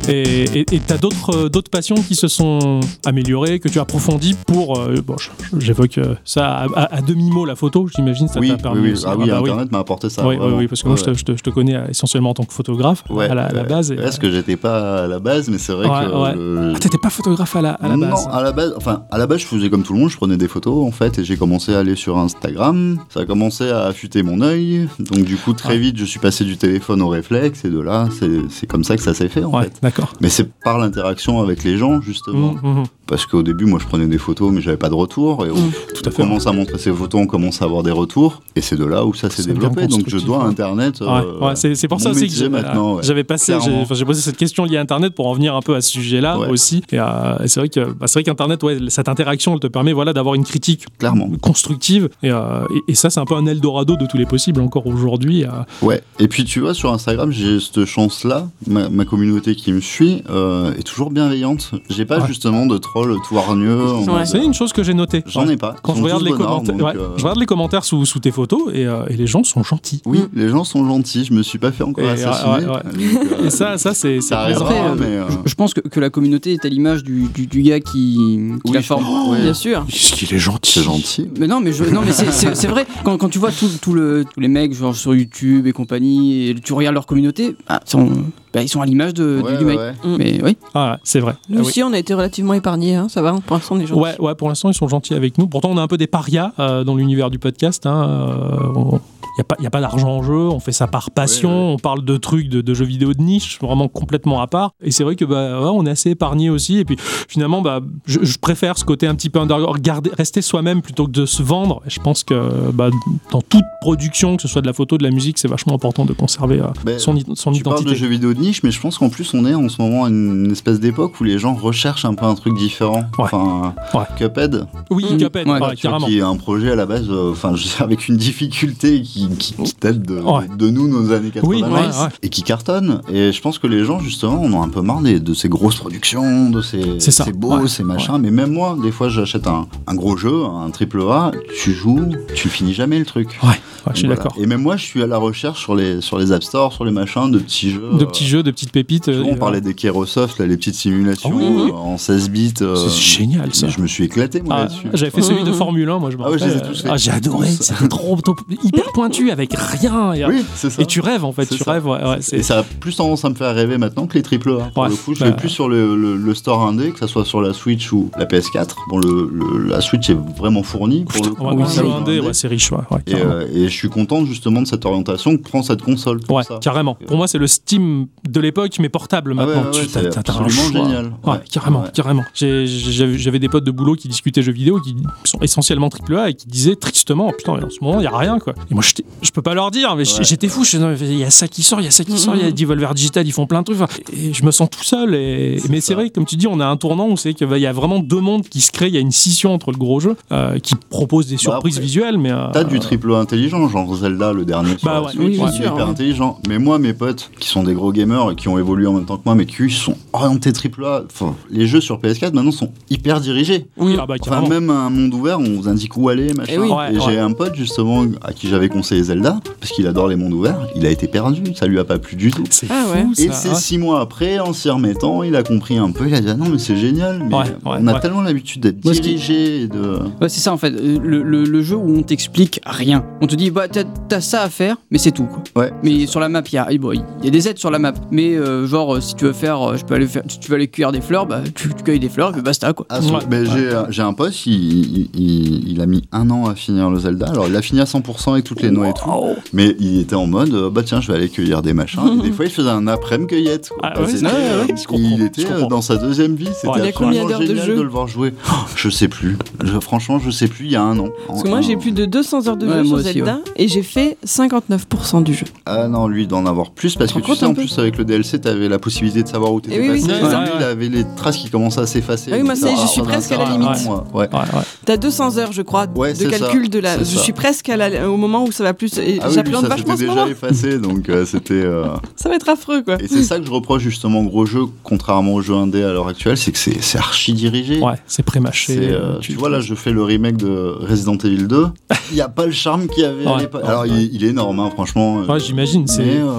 S2: Et et- et t'as d'autres euh, d'autres passions qui se sont améliorées, que tu approfondis pour. euh, bon, je- je- j'évoque euh, ça à, à- à demi-mot la photo, j'imagine, ça
S3: oui,
S2: t'a
S3: oui,
S2: permis.
S3: oui.
S2: aussi.
S3: Ah oui,
S2: bah
S3: Internet m'a apporté ça.
S2: oui, oui,
S3: vraiment.
S2: oui, parce que moi,
S3: Ouais,
S2: je te- je, te, je te connais euh, essentiellement en tant que photographe
S3: ouais.
S2: à, la, à la
S3: Ouais.
S2: base. et,
S3: Ouais, Parce que j'étais pas à la base, mais c'est vrai
S2: Ouais,
S3: que.
S2: ouais.
S3: le-
S2: Ah, t'étais pas photographe à la, à la base.
S3: Non, ah, à la base, enfin, à la base, je faisais comme tout le monde, je prenais des photos en fait, et j'ai commencé à aller sur Instagram. Ça a commencé à affûter mon œil, donc du coup, très
S2: Ah.
S3: vite, je suis passé du téléphone au réflexe, et de là, c'est- c'est comme ça que ça s'est fait en
S2: ouais,
S3: fait.
S2: d'accord.
S3: Mais c'est par l'interaction avec les gens, justement.
S2: Mhm, mhm.
S3: Parce qu'au début, moi, je prenais des photos, mais j'avais pas de retour. Et on,
S2: Mm. Tout à
S3: on
S2: fait.
S3: commence à montrer ces photos, on commence à avoir des retours. Et c'est de là où ça s'est
S2: C'est bien
S3: développé. Donc, je
S2: constructif,
S3: dois à
S2: ouais.
S3: Internet.
S2: Ouais,
S3: euh,
S2: ouais, c'est c'est pour
S3: mon
S2: ça aussi que
S3: métier
S2: j'ai-
S3: maintenant, ouais.
S2: j'avais passé, j'ai
S3: Clairement.
S2: enfin, j'ai posé cette question liée à Internet pour en venir un peu à ce sujet-là
S3: Ouais.
S2: aussi. Et euh, et c'est vrai que bah, c'est vrai qu'Internet, ouais, cette interaction, elle te permet voilà d'avoir une critique
S3: Clairement.
S2: constructive. Et, euh, et- et ça, c'est un peu un Eldorado de tous les possibles encore aujourd'hui. euh.
S3: Ouais. Et puis, tu vois, sur Instagram, j'ai cette chance-là. Ma, ma communauté qui me suit euh, est toujours bienveillante. J'ai pas
S2: Ouais.
S3: justement de troll tout hargneux. en
S4: Ouais.
S3: mode- euh,
S2: C'est une chose que j'ai notée.
S3: J'en ai pas.
S2: Quand
S3: Ils
S2: je
S3: sont
S2: regarde,
S3: tous
S2: les
S3: bonards,
S2: commentaires,
S3: donc,
S2: ouais,
S3: euh,
S2: je regarde les commentaires sous, sous tes photos et, euh, et les gens sont gentils.
S3: Oui, les gens sont gentils. Je me suis pas fait encore
S2: Mm. Et, euh,
S3: assassiner.
S2: ouais, ouais,
S3: Donc, euh,
S2: Et ça, ça c'est hein. c'est
S3: ça arrivera,
S2: plaisant.
S5: Après,
S3: mais. euh,
S5: Je, je pense que, que la communauté est à l'image du, du, du gars qui, qui
S3: Oui,
S5: la
S3: je-
S5: forme.
S3: Oh, ouais.
S5: Bien sûr.
S2: Qu'est-ce qu'il est gentil.
S3: C'est gentil.
S5: Mais non, mais, je, non, mais c'est- c'est c'est vrai, quand, quand tu vois tout, tout le, tous les mecs genre, sur YouTube et compagnie, et tu regardes leur communauté, ah, ils sont, bah, ils sont à l'image de,
S3: Ouais,
S5: du- du
S3: ouais,
S5: mec.
S3: ouais.
S5: Mais oui,
S2: Ah, c'est vrai.
S4: Nous
S2: Ah oui.
S4: aussi, on a été relativement épargnés, hein, ça va, pour l'instant, les gens.
S2: Ouais, ouais, pour l'instant, ils sont gentils avec nous. Pourtant, on est un peu des parias euh, dans l'univers du podcast. hein, Il n'y a pas, y a pas d'argent en jeu, on fait ça par passion,
S3: Ouais,
S2: on parle de trucs, de, de jeux vidéo de niche, vraiment complètement à part. Et c'est vrai que bah, ouais, on est assez épargné aussi. Et puis finalement, bah, je, je préfère ce côté un petit peu underground, garder- rester soi-même plutôt que de se vendre. Et je pense que bah, dans toute production, que ce soit de la photo, de la musique, c'est vachement important de conserver euh,
S3: Ben,
S2: son, i- son
S3: Tu parles de
S2: identité.
S3: jeux vidéo de niche, mais je pense qu'en plus on est en ce moment à une espèce d'époque où les gens recherchent un peu un truc différent. Enfin,
S2: Ouais.
S3: Cuphead,
S2: Oui,
S5: Mm.
S2: Cuphead,
S5: Ouais,
S2: ouais,
S3: Ah, tu vois,
S2: carrément.
S3: qui est un projet à la base, euh, enfin, je veux dire, avec une difficulté qui, qui, qui date de,
S2: Ouais.
S3: de nous, nos années 80,
S2: Oui, ouais, ouais.
S3: et qui cartonne. Et je pense que les gens, justement, on a un peu marre des- de ces grosses productions, de ces,
S2: C'est ça.
S3: ces beaux,
S2: Ouais,
S3: ces machins. Mais même moi, des fois, j'achète un, un gros jeu, un triple A, tu joues, tu finis jamais le truc.
S2: Ouais, je suis
S3: Voilà.
S2: d'accord.
S3: Et même moi, je suis à la recherche sur les, sur les App Store, sur les machins, de petits jeux.
S2: De
S3: euh,
S2: petits jeux, de petites pépites.
S3: Tu vois,
S2: euh,
S3: on parlait des Kerosoft, là, les petites simulations
S2: Ah oui, oui, oui.
S3: euh, en 16 bits. euh,
S2: C'est génial ça.
S3: Je me suis éclaté, moi,
S2: Ah,
S3: là-dessus.
S2: J'avais fait
S4: Mmh,
S2: celui de
S4: mmh.
S2: Formule 1, moi je me
S3: Ah ouais, je les ai
S2: rappelle.
S3: tous faits.
S2: Ah, j'ai adoré,
S3: Tous.
S2: c'était trop, trop- hyper pointu avec rien. Et,
S3: Oui, c'est ça.
S2: et tu rêves en fait,
S3: C'est
S2: tu
S3: ça.
S2: rêves. Ouais, ouais, c'est-
S3: Et ça a plus tendance à me faire rêver maintenant que les triple A. hein, Pour
S2: Ouais,
S3: le coup, je
S2: bah-
S3: vais plus sur le, le- le store indé, que ça soit sur la Switch ou la PS4. Bon, le, le- la Switch est vraiment fournie. Pour
S2: Putain,
S3: le coup, hein,
S2: ouais,
S3: le
S2: un jeu
S3: salon
S2: indé,
S3: indé.
S2: ouais, c'est riche. Ouais, ouais,
S3: et,
S2: carrément.
S3: euh, et je suis content justement de cette orientation que prend cette console. pour
S2: Ouais,
S3: ça.
S2: carrément. Pour moi, c'est le Steam de l'époque, mais portable
S3: Ah ouais,
S2: maintenant.
S3: ouais,
S2: Tu-
S3: ouais,
S2: t'as-
S3: c'est
S2: t'as- t'as un
S3: absolument
S2: choix.
S3: génial.
S2: Ouais,
S3: Ouais,
S2: carrément,
S3: ouais.
S2: carrément. J'ai- J'avais j'avais des potes de boulot qui discutaient jeux vidéo, qui sont essentiellement AAA et qui disaient tristement, putain, mais en ce moment, il n'y a rien, quoi. Et moi, j'étais- je peux pas leur dire, mais
S3: Ouais. Mhm.
S2: j'- j'étais fou. je disais, Non, mais Il y a ça qui sort, il y a ça qui sort, il y a Devolver Digital, ils font plein de trucs. Enfin, Et je me sens tout seul. Et...
S3: C'est
S2: Mais
S3: ça.
S2: c'est vrai, comme tu dis, on a un tournant où c'est qu'il y a vraiment deux mondes qui se créent. Il y a une scission entre le gros jeu euh, qui propose des surprises
S3: Bah, après,
S2: visuelles, mais. euh,
S3: T'as du triple A intelligent, genre Zelda, le dernier sur
S2: Bah
S3: la
S2: ouais,
S3: Switch,
S2: oui,
S3: il
S2: bien
S3: est
S4: sûr,
S3: hyper
S4: ouais.
S3: intelligent. Mais moi, mes potes, qui sont des gros gamers et qui ont évolué en même temps que moi, mais qui eux, sont orientés triple A, enfin, les jeux sur PS4 maintenant sont hyper dirigés.
S4: Oui.
S2: ah bah,
S3: Enfin,
S2: carrément.
S3: même un monde ouvert, on vous indique où aller, machin.
S4: Eh oui.
S2: Ouais,
S3: et
S2: ouais.
S3: j'ai un pote, justement, à qui j'avais conseillé Zelda, parce qu'il adore les mondes ouverts, il a été perdu, ça lui a pas plu du tout.
S2: C'est
S4: Ah ouais.
S2: fou,
S3: Et
S2: ça,
S3: c'est
S2: ouais.
S3: six mois après, en s'y remettant, il a compris un peu, il a dit ah non mais c'est génial, mais
S2: Ouais, ouais,
S3: on a
S2: ouais.
S3: tellement l'habitude d'être
S5: Moi, ce qui-
S3: dirigé et de...
S5: Ouais, c'est ça en fait, euh, le, le- le jeu où on t'explique rien. On te dit, bah t'as t'as ça à faire, mais c'est tout. quoi.
S3: Ouais,
S5: Mais sur la map, il y a, eh, bon, il y a des aides sur la map. Mais euh, genre, euh, si tu veux faire, euh, je peux aller faire, si tu veux aller cueillir des fleurs, bah tu, tu cueilles des fleurs, et puis basta quoi.
S3: Ah, son-
S2: Ouais.
S3: ben, j'ai- J'ai un pote, il, il- il- il a mis un an à finir le Zelda. Alors, il l'a fini à 100% avec toutes les noix et tout.
S4: Oh.
S3: Mais il était en mode, euh, bah tiens, je vais aller cueillir des machins. et des fois, il faisait un après-midi cueillette. quoi.
S2: Ah ouais,
S3: C'était,
S2: ouais, ouais,
S3: euh,
S2: ouais, je comprends,
S3: il était
S2: je
S3: euh,
S2: comprends.
S3: dans sa deuxième vie. C'était
S2: Ouais. Il y a
S3: absolument
S4: combien d'heures de
S3: génial
S4: jeu
S3: le voir jouer. Oh, je sais plus. Je- franchement, je sais plus, il y a un an.
S4: Parce que moi, j'ai plus de 200 heures de jeu
S5: Ouais,
S4: sur
S5: moi aussi,
S4: Zelda et j'ai fait 59% du jeu.
S3: Ah non, lui, d'en avoir plus. Parce
S4: T'en
S3: que tu
S4: comptes
S3: sais,
S4: un
S3: en
S4: peu
S3: plus, avec le DLC, t'avais la possibilité de savoir où t'étais
S4: Eh oui, oui.
S3: passé.
S2: Ouais,
S3: Lui,
S2: ouais.
S3: il avait les traces qui commençaient à s'effacer.
S4: Ah oui, moi,
S3: Donc,
S4: ça y est,
S3: ça
S4: je suis
S3: va,
S4: presque à la
S3: ça va,
S2: limite.
S3: moi. Ouais.
S2: Ouais, ouais.
S4: T'as 200 heures, je crois,
S3: Ouais,
S4: de
S3: c'est ça,
S4: calcul de la.
S3: c'est
S4: Je
S3: ça.
S4: suis presque à la- au moment où ça va plus. et
S3: Ah oui, lui,
S4: J'appréhende
S3: ça
S4: vachement
S3: s'était
S4: ce
S3: déjà
S4: moment.
S3: effacé, donc euh, c'était. euh,
S4: Ça va être affreux, quoi.
S3: Et c'est ça que je reproche justement aux gros jeux, contrairement aux jeux indés à l'heure actuelle, c'est que c'est c'est archi dirigé.
S2: Ouais, c'est pré-mâché.
S3: C'est, euh, tu vois, là, je fais le remake de Resident Evil 2. Il n'y a pas le charme qu'il y avait à
S2: Ouais.
S3: l'époque. Alors, il, il est énorme, hein, franchement.
S2: Ouais, j'imagine. C'est
S3: Mais, euh,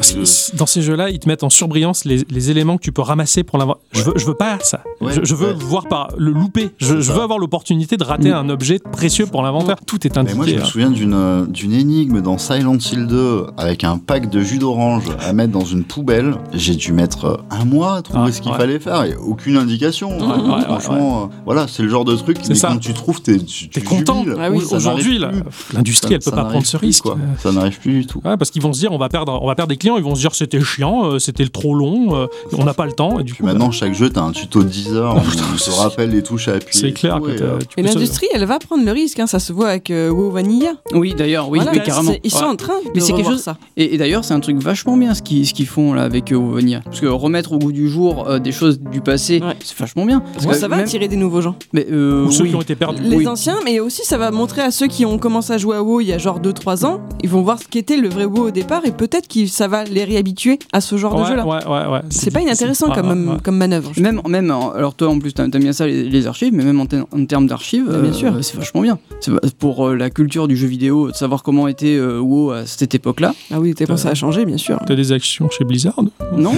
S2: c'est-
S3: je-
S2: c'est- dans ces jeux-là, là, ils te mettent en surbrillance les, les éléments que tu peux ramasser pour l'avoir. Je, veux, je veux pas ça.
S3: Ouais,
S2: je, je veux
S3: ouais.
S2: voir par le louper. Je,
S3: C'est
S2: je
S3: ça.
S2: veux avoir l'opportunité de rater
S4: Mm.
S2: un objet précieux pour l'inventaire. Tout est
S3: Mais moi,
S2: indiqué. hein.
S3: je me
S2: là.
S3: souviens d'une euh, d'une énigme dans Silent Hill 2 avec un pack de jus d'orange à mettre dans une poubelle. J'ai dû mettre euh, un mois à trouver
S2: Ah,
S3: ce qu'il
S2: ouais.
S3: fallait faire et aucune indication.
S2: ouais, ouais,
S3: Franchement, euh, voilà, c'est le genre de truc.
S2: C'est
S3: Mais
S2: ça.
S3: quand tu trouves, t'es- tu,
S2: T'es
S3: tu
S2: content.
S3: jubiles.
S4: Ah oui,
S3: Ça n'arrive
S2: Aujourd'hui, là,
S3: plus.
S2: pff, l'industrie,
S3: Ça-
S2: elle peut
S3: ça
S2: pas
S3: n'arrive
S2: prendre ce
S3: plus,
S2: risque.
S3: quoi. Ça n'arrive plus du tout.
S2: Ouais, parce qu'ils vont se dire, on va perdre, on va perdre des clients. Ils vont se dire, c'était chiant, euh, c'était trop long, euh, on n'a pas le temps. Et du
S3: Puis
S2: coup, bah,
S3: maintenant, chaque jeu, t'as un tuto de 10 heures.
S2: Ah,
S3: on
S2: putain,
S3: te
S2: c'est-
S3: rappelle les touches à appuyer.
S2: c'est
S3: et
S2: clair
S3: tout,
S2: que
S3: et,
S2: t'as-
S3: euh,
S2: tu
S4: Mais
S2: peux se-
S4: l'industrie, elle va prendre le risque, hein, ça se voit avec euh, WoW Vanilla.
S5: Oui, d'ailleurs, oui,
S4: Voilà,
S5: mais carrément.
S4: c'est- Ils sont
S5: Ouais.
S4: en train de
S5: Mais c'est quelque
S4: revoir
S5: chose-
S4: ça.
S5: Et, et d'ailleurs, c'est un truc vachement bien ce qu'ils ce qu'ils font là avec euh, Ovonia. Parce que remettre au goût du jour euh, des choses du passé,
S4: Ouais.
S5: c'est vachement bien.
S4: Parce que ça va
S5: même-
S4: attirer des nouveaux gens.
S5: Mais, euh,
S2: Ou ceux
S5: oui.
S2: qui ont été perdus.
S4: Les
S5: Oui.
S4: anciens, mais aussi ça va montrer à ceux qui ont commencé à jouer à WoW il y a genre 2-3 ans, ils vont voir ce qu'était le vrai WoW au départ et peut-être que ça va les réhabituer à ce genre de
S2: Ouais,
S4: jeu-là.
S2: ouais, ouais, ouais.
S4: C'est pas
S2: difficile.
S4: inintéressant
S2: Ah,
S4: comme, euh,
S2: ah, ah.
S4: comme manœuvre. je
S5: Même, même, en- alors toi en plus t'aimes t'aimes bien ça les, les archives, mais même en, te- en termes d'archives,
S4: Ah, bien
S5: euh,
S4: sûr.
S5: c'est vachement bien. C'est va- pour euh, la culture du jeu vidéo, de savoir comment était euh, WoW à cette époque-là.
S4: Ah oui, t'es pensé à changer, bien sûr.
S2: T'as des actions chez Blizzard
S5: Non,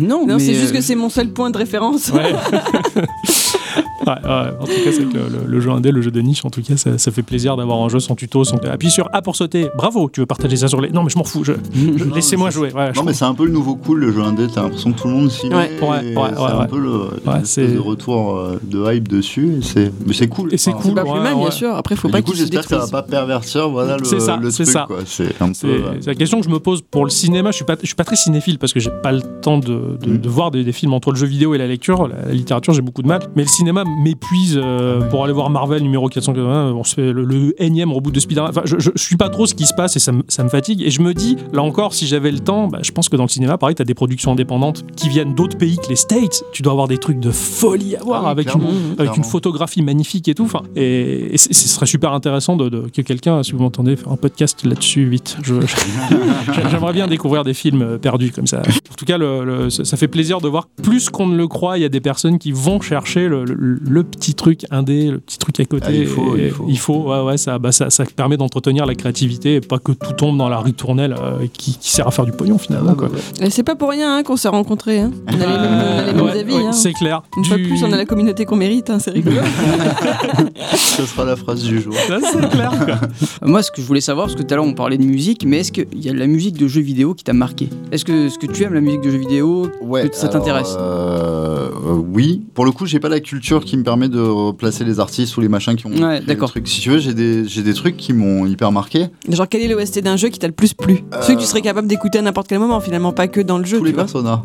S5: non,
S4: Non,
S5: mais,
S4: c'est juste
S5: euh,
S4: que c'est mon seul point de référence.
S2: Ouais. ouais, ouais. En tout cas, c'est que le, le- le jeu indé, le jeu de niche, en tout cas, ça, ça fait plaisir d'avoir un jeu sans tuto, sans. Appuie sur A pour sauter. Bravo, tu veux partager ça sur les. Non, mais je m'en fous. Je... je-
S3: Non,
S2: Laissez-moi
S3: mais
S2: jouer. Ouais, je
S3: Non, mais c'est un peu le nouveau cool, le jeu indé. T'as l'impression que tout le monde s'y met.
S4: Ouais.
S3: et
S2: Ouais, ouais,
S3: c'est
S2: ouais,
S3: un
S2: ouais.
S3: peu le
S2: Ouais,
S3: l'espèce
S2: c'est-
S3: de retour euh, de hype dessus. et c'est- Mais c'est cool.
S2: Et c'est
S3: Enfin,
S2: cool.
S4: C'est pas plus
S2: ouais,
S4: mal, bien
S2: ouais.
S4: sûr. Après, faut
S3: Mais
S4: pas
S3: du coup,
S4: qu'ils se
S3: j'espère que ça va
S4: détruisent.
S3: pas pervertir, voilà le,
S2: C'est ça,
S3: le
S2: c'est
S3: truc.
S2: ça.
S3: quoi. C'est un
S2: C'est
S3: peu. euh, ouais.
S2: c'est la question que je me pose pour le cinéma. Je suis pas, je suis pas très cinéphile parce que j'ai pas le temps de, de-
S3: Mm.
S2: de voir des, des films entre le jeu vidéo et la lecture. La, la littérature, j'ai beaucoup de mal. Mais le cinéma m'épuise euh, pour aller voir Marvel numéro 480. On se fait le, le énième reboot de Spider-Man. Enfin, je, je, je suis pas trop ce qui se passe et ça, me- ça me fatigue. Et je me dis, là encore, si j'avais le temps, bah, je pense que dans le cinéma, pareil, t'as des productions indépendantes qui viennent d'autres pays que les States. Tu dois avoir des trucs de folie à voir
S3: Ah oui,
S2: avec une
S3: clairement,
S2: avec une
S3: clairement.
S2: photographie magnifique et tout. Enfin, et, et c'est- ce serait super intéressant de, de- que quelqu'un, si vous m'entendez, faire un podcast là-dessus vite. Je- je- J'aimerais bien découvrir des films euh, perdus comme ça. En tout cas, le- le- ça ça fait plaisir de voir plus qu'on ne le croit. Il y a des personnes qui vont chercher le, le- le petit truc indé, le petit truc à côté.
S3: Ah, il faut,
S2: Et-
S3: il faut.
S2: ouais, ouais, ça, bah, ça, ça permet d'entretenir la créativité et pas que tout tombe dans la ritournelle euh, qui, qui sert à faire du pognon finalement.
S3: Ah,
S2: quoi.
S3: bah,
S4: Et C'est pas pour rien hein, qu'on s'est rencontrés. hein. On a les mêmes, on a les mêmes
S2: Ouais,
S4: avis.
S2: ouais,
S4: hein.
S2: C'est clair.
S4: Une fois de plus, on a la communauté qu'on mérite, hein, c'est rigolo.
S3: Ce sera la phrase du jour.
S2: Ça, c'est clair. quoi.
S5: moi ce que je voulais savoir, parce que tout à l'heure on parlait de musique, mais est-ce qu'il y a de la musique de jeux vidéo qui t'a marqué Est-ce que, est-ce que tu aimes la musique de jeux vidéo
S3: Ouais,
S5: Que ça
S3: alors,
S5: t'intéresse.
S3: euh, euh, Oui. Pour le coup, j'ai pas la culture qui me permet de replacer les artistes ou les machins qui ont.
S5: Ouais,
S3: fait
S5: d'accord.
S3: le truc. Si tu veux, j'ai des, j'ai des trucs qui m'ont hyper marqué.
S4: Genre, quel est l'OST d'un jeu qui t'a le plus plu
S3: Euh.
S4: Ceux que tu serais capable d'écouter à n'importe quel moment, finalement, pas que dans le jeu.
S3: Tous
S4: tu
S3: les
S4: vois.
S3: personas.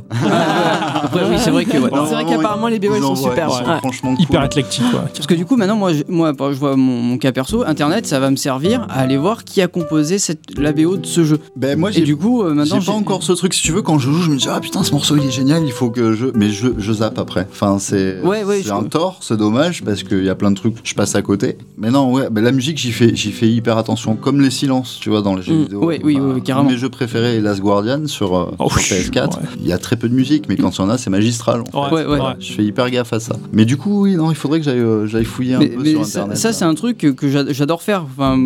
S5: Après oui, c'est vrai que ouais.
S4: C'est vrai
S3: Vraiment,
S4: qu'apparemment, les BO, Bah ils
S3: Ils
S4: sont
S3: en- ouais,
S4: super.
S3: ils sont
S4: ouais. Ouais.
S3: Franchement, cool.
S2: Hyper éclectique. quoi.
S5: Parce que du coup, maintenant, moi, je, moi, je vois mon, mon cas perso, Internet, ça va me servir à aller voir qui a composé cette, la BO de ce jeu.
S3: Ben, moi,
S5: Et
S3: j'ai
S5: du coup, euh, maintenant,
S3: J'ai pas encore ce truc. Si tu veux, quand je joue, je me dis ah putain ce morceau il est génial, il faut que je. Mais je, je zappe après. Enfin c'est.
S5: Ouais, ouais,
S3: c'est
S5: je-
S3: un tort, c'est dommage parce qu'il y a plein de trucs que je passe à côté. Mais non ouais, bah, la musique j'y fais j'y fais hyper attention, comme les silences, tu vois dans les jeux
S5: Mm,
S3: vidéo.
S5: ouais, oui, oui, oui, carrément.
S3: un de Mes jeux préférés, est Last Guardian sur, euh,
S2: Oh,
S3: sur PS4.
S2: ouais.
S3: Il y a très peu de musique, mais quand il y en a, c'est magistral. en fait.
S5: Ouais, ouais.
S3: Voilà, Je fais hyper gaffe à ça. Mais du coup oui, non, il faudrait que j'aille euh, j'aille fouiller un
S5: Mais,
S3: peu
S5: mais
S3: sur
S5: ça,
S3: internet. hein.
S5: ça, c'est un truc que- que j'a- j'adore faire. Enfin,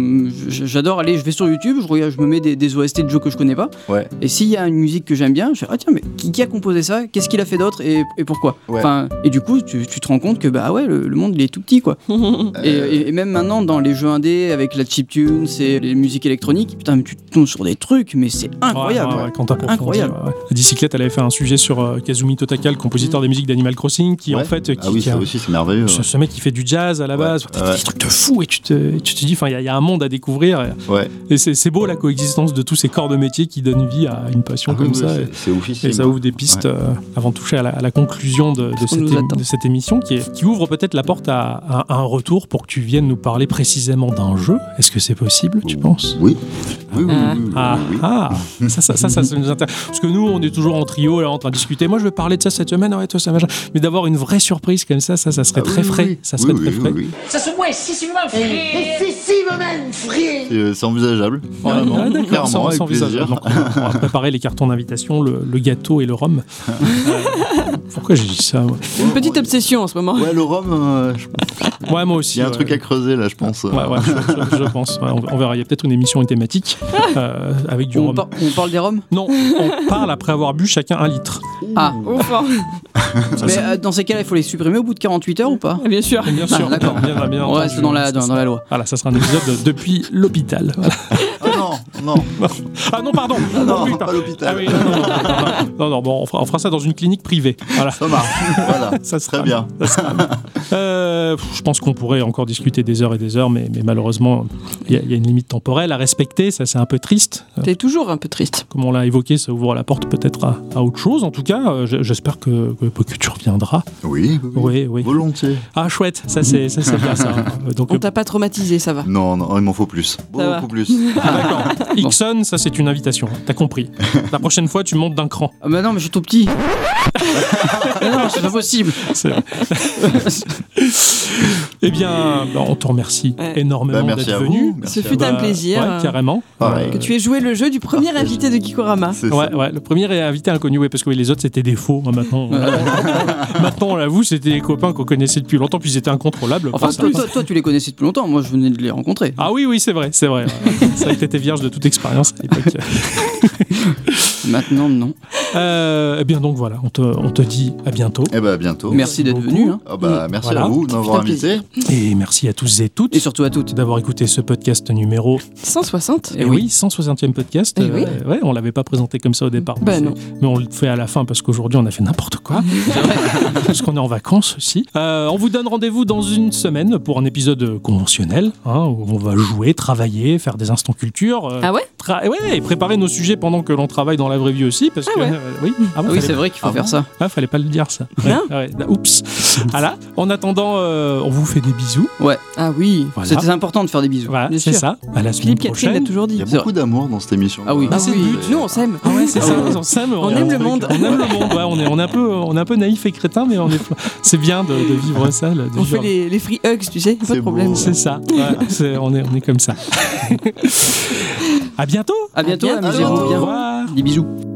S5: j- j'adore aller, je vais sur YouTube, je regarde, je me mets des, des OST de jeux que je connais pas.
S3: Ouais.
S5: Et s'il y a une musique que j'aime bien, je fais ah tiens mais qui, qui a composé ça Qu'est-ce qu'il a fait d'autre et, et pourquoi
S3: Ouais.
S5: Enfin, et du coup, tu, tu te rends compte que bah ouais, le, le monde il est tout petit quoi.
S3: Euh,
S5: Et, et- et même maintenant dans les jeux indés avec la chiptune, c'est les musiques électroniques. Putain, mais tu tombes sur des trucs, mais c'est incroyable.
S2: Ouais, ouais, ouais, quand t'approfondes,
S5: Incroyable.
S2: ouais, ouais. La bicyclette, elle avait fait un sujet sur euh, Kazumi Totaka, le compositeur
S5: Mm.
S2: des musiques d'Animal Crossing, qui en
S3: Ouais.
S2: fait, qui,
S3: Ah oui
S2: qui a-
S3: ça aussi c'est merveilleux.
S2: ce, ce mec qui fait du jazz à la
S3: Ouais,
S2: base, T'as
S3: ouais.
S2: des trucs de fou et tu te, tu te dis, enfin, il y, a- il y a un monde à découvrir. Et,
S3: Ouais.
S2: et c'est c'est beau la coexistence de tous ces corps de métier qui donnent vie à une passion
S3: Ah oui,
S2: comme
S3: oui,
S2: ça.
S3: c'est-
S2: et-
S3: C'est officiel.
S2: Et ça ouvre des pistes euh, avant de toucher à la, à la conclusion de, de
S5: qu'on
S2: cette,
S5: nous
S2: émi-
S5: attend.
S2: de cette émission qui, est- qui ouvre peut-être la porte à, à- à un retour pour que tu viennes nous parler précisément d'un jeu. Est-ce que c'est possible, tu penses
S3: Oui. Oui, oui, oui, oui, oui,
S2: Ah,
S3: oui.
S2: ah, ça, ça, ça, ça, ça nous intéresse. Parce que nous, on est toujours en trio, là, en train de discuter. Moi, je vais parler parlé de ça cette semaine, ouais, toi, ça, machin. Mais d'avoir une vraie surprise comme ça, ça, ça serait
S3: Ah oui,
S2: très
S3: oui,
S2: frais.
S3: oui.
S2: Ça serait
S3: Oui,
S2: très
S3: oui,
S2: frais.
S3: oui,
S9: Ça se voit excessivement frais. Excessivement frais.
S3: oui. Euh, C'est envisageable. Carrément,
S2: Ah, d'accord, ça, on
S3: clairement, avec
S2: s'envisage.
S3: plaisir.
S2: Donc, on va- on va préparer les cartons d'invitation, le, le gâteau et le rhum. Euh, pourquoi j'ai dit ça moi
S4: Une petite obsession en ce moment.
S3: Ouais, le rhum, euh, je-
S2: Ouais, moi aussi.
S3: il y a un
S2: ouais.
S3: truc à creuser là, je pense.
S2: Ouais, ouais, je, je- je pense. Ouais, on, on verra. Il y a peut-être une émission thématique euh, avec du
S5: On,
S2: rhum.
S5: par- on parle des roms
S2: Non, on parle après avoir bu chacun un litre.
S5: Ah,
S4: hein.
S2: Ça,
S5: mais
S2: ça-
S5: euh, dans ces cas-là, il faut les supprimer au bout de 48 heures ou pas
S4: Ah, Bien sûr.
S2: Bien sûr,
S5: d'accord.
S2: bien, bien, bien
S5: On reste
S2: entendu.
S5: dans la, dans, dans la loi.
S2: Voilà, ça sera un épisode de- depuis l'hôpital. Voilà.
S3: Oh non, non,
S2: Ah non, pardon
S3: ah non,
S2: Putain.
S3: pas
S2: Ah
S3: l'hôpital.
S2: oui, non, non, non, non, non, non, non, bon, on fera, on fera ça dans une clinique privée. Voilà.
S3: Ça marche, voilà.
S2: Ça sera
S3: Très bien.
S2: Euh, pff, je pense qu'on pourrait encore discuter des heures et des heures, mais, mais malheureusement, il y, a- il y a une limite temporelle à respecter. Ça, c'est un peu triste. Euh,
S4: T'es toujours un peu triste.
S2: Comme on l'a évoqué, ça ouvre la porte peut-être à, à autre chose. En tout cas, euh, je- j'espère que, que, que tu reviendras.
S3: Oui, oui, oui.
S2: Oui, oui.
S3: Volontiers.
S2: Ah, chouette, ça c'est ça, c'est bien ça. Euh, Donc,
S4: On t'a pas traumatisé, ça va.
S3: Non, non, il m'en faut plus.
S4: va.
S3: Beaucoup plus.
S2: euh, Ixon, ça c'est une invitation. T'as compris. La prochaine fois, tu montes d'un cran.
S5: Ah bah non, mais je suis tout petit. Mais non, c'est pas possible.
S2: C'est- eh bien, bah, on te remercie
S4: Ouais.
S2: énormément
S3: Bah, merci
S2: d'être
S3: à
S2: venu. Bah,
S3: vous.
S4: Ce
S3: Merci à
S4: fut
S3: vous.
S4: un plaisir.
S2: ouais, carrément.
S3: Pareil.
S4: Que tu aies joué le jeu du premier invité de Gikorama.
S3: C'est ça.
S2: Ouais, ouais, le premier est invité inconnu, ouais, parce que oui, les autres c'était des faux. hein, maintenant, on- maintenant, on l'avoue, c'était des copains qu'on connaissait depuis longtemps, puis ils étaient incontrôlables.
S5: Enfin,
S2: Enfin, ça-
S5: toi, toi, toi, tu les connaissais depuis longtemps. Moi, je venais de les rencontrer.
S2: Ah oui, oui, c'est vrai, c'est vrai. ouais. c'est vrai que t'étais vierge de toute expérience à l'époque.
S5: Maintenant, non.
S2: Euh, eh bien, donc voilà, on te, on te dit à bientôt.
S3: Eh ben, à bientôt.
S5: Merci d'être
S2: Oh, beaucoup.
S5: venu. hein.
S3: Ah bah, merci
S2: Voilà.
S3: à vous de m'avoir
S4: Putain, plaisir.
S3: invité.
S2: Et merci à tous et toutes
S5: Et surtout à toutes.
S2: d'avoir écouté ce podcast numéro
S4: 160
S2: eh oui, 160e podcast.
S4: Eh oui.
S2: Euh, ouais, on l'avait pas présenté comme ça au départ.
S4: Bah
S2: mais
S4: non.
S2: c'est- Mais on le fait à la fin parce qu'aujourd'hui on a fait n'importe quoi. parce qu'on est en vacances aussi. Euh, on vous donne rendez-vous dans une semaine pour un épisode conventionnel hein, où on va jouer, travailler, faire des instants culture. euh,
S4: Ah ouais
S2: tra- ouais, et préparer nos sujets pendant que l'on travaille dans la vraie vie aussi. Parce
S4: Ah
S2: que,
S4: ouais.
S2: euh, oui, Ah bon,
S5: Oui,
S2: fallait-
S5: c'est vrai qu'il faut
S3: Ah
S5: faire
S3: bon
S5: ça.
S2: ah, fallait pas le dire ça. Ouais,
S4: Hein
S2: ouais, bah, oups. Voilà. En attendant, euh, on vous fait des bisous.
S4: Ah oui.
S2: Voilà.
S5: C'était important de faire des bisous.
S2: Voilà,
S4: Bien
S2: c'est
S4: sûr.
S2: ça. À la semaine
S4: Philippe Catherine l'a
S2: prochaine.
S4: toujours
S3: Il
S4: dit.
S3: y a
S5: C'est
S3: beaucoup d'amour dans cette émission.
S5: Ah oui.
S4: Ah
S2: c'est le
S4: oui.
S2: but.
S4: Nous, on s'aime.
S2: Ah ouais, c'est ça,
S5: Ah ouais.
S2: on s'aime.
S4: On aime le monde.
S2: On aime le monde, ouais, on est, on est un peu, on est un peu naïf et crétin, mais on est, c'est bien de, de vivre ça, là, de
S4: On fait
S2: vivre-
S4: les, les free hugs, tu sais, pas
S3: C'est
S4: de problème.
S3: beau.
S2: C'est ça, ouais, c'est- on, est, on est comme ça. à bientôt!
S5: À bientôt.
S4: bientôt.
S5: amusez-vous
S3: Au
S2: Au
S5: bien.
S2: revoir.
S5: hein, Des bisous.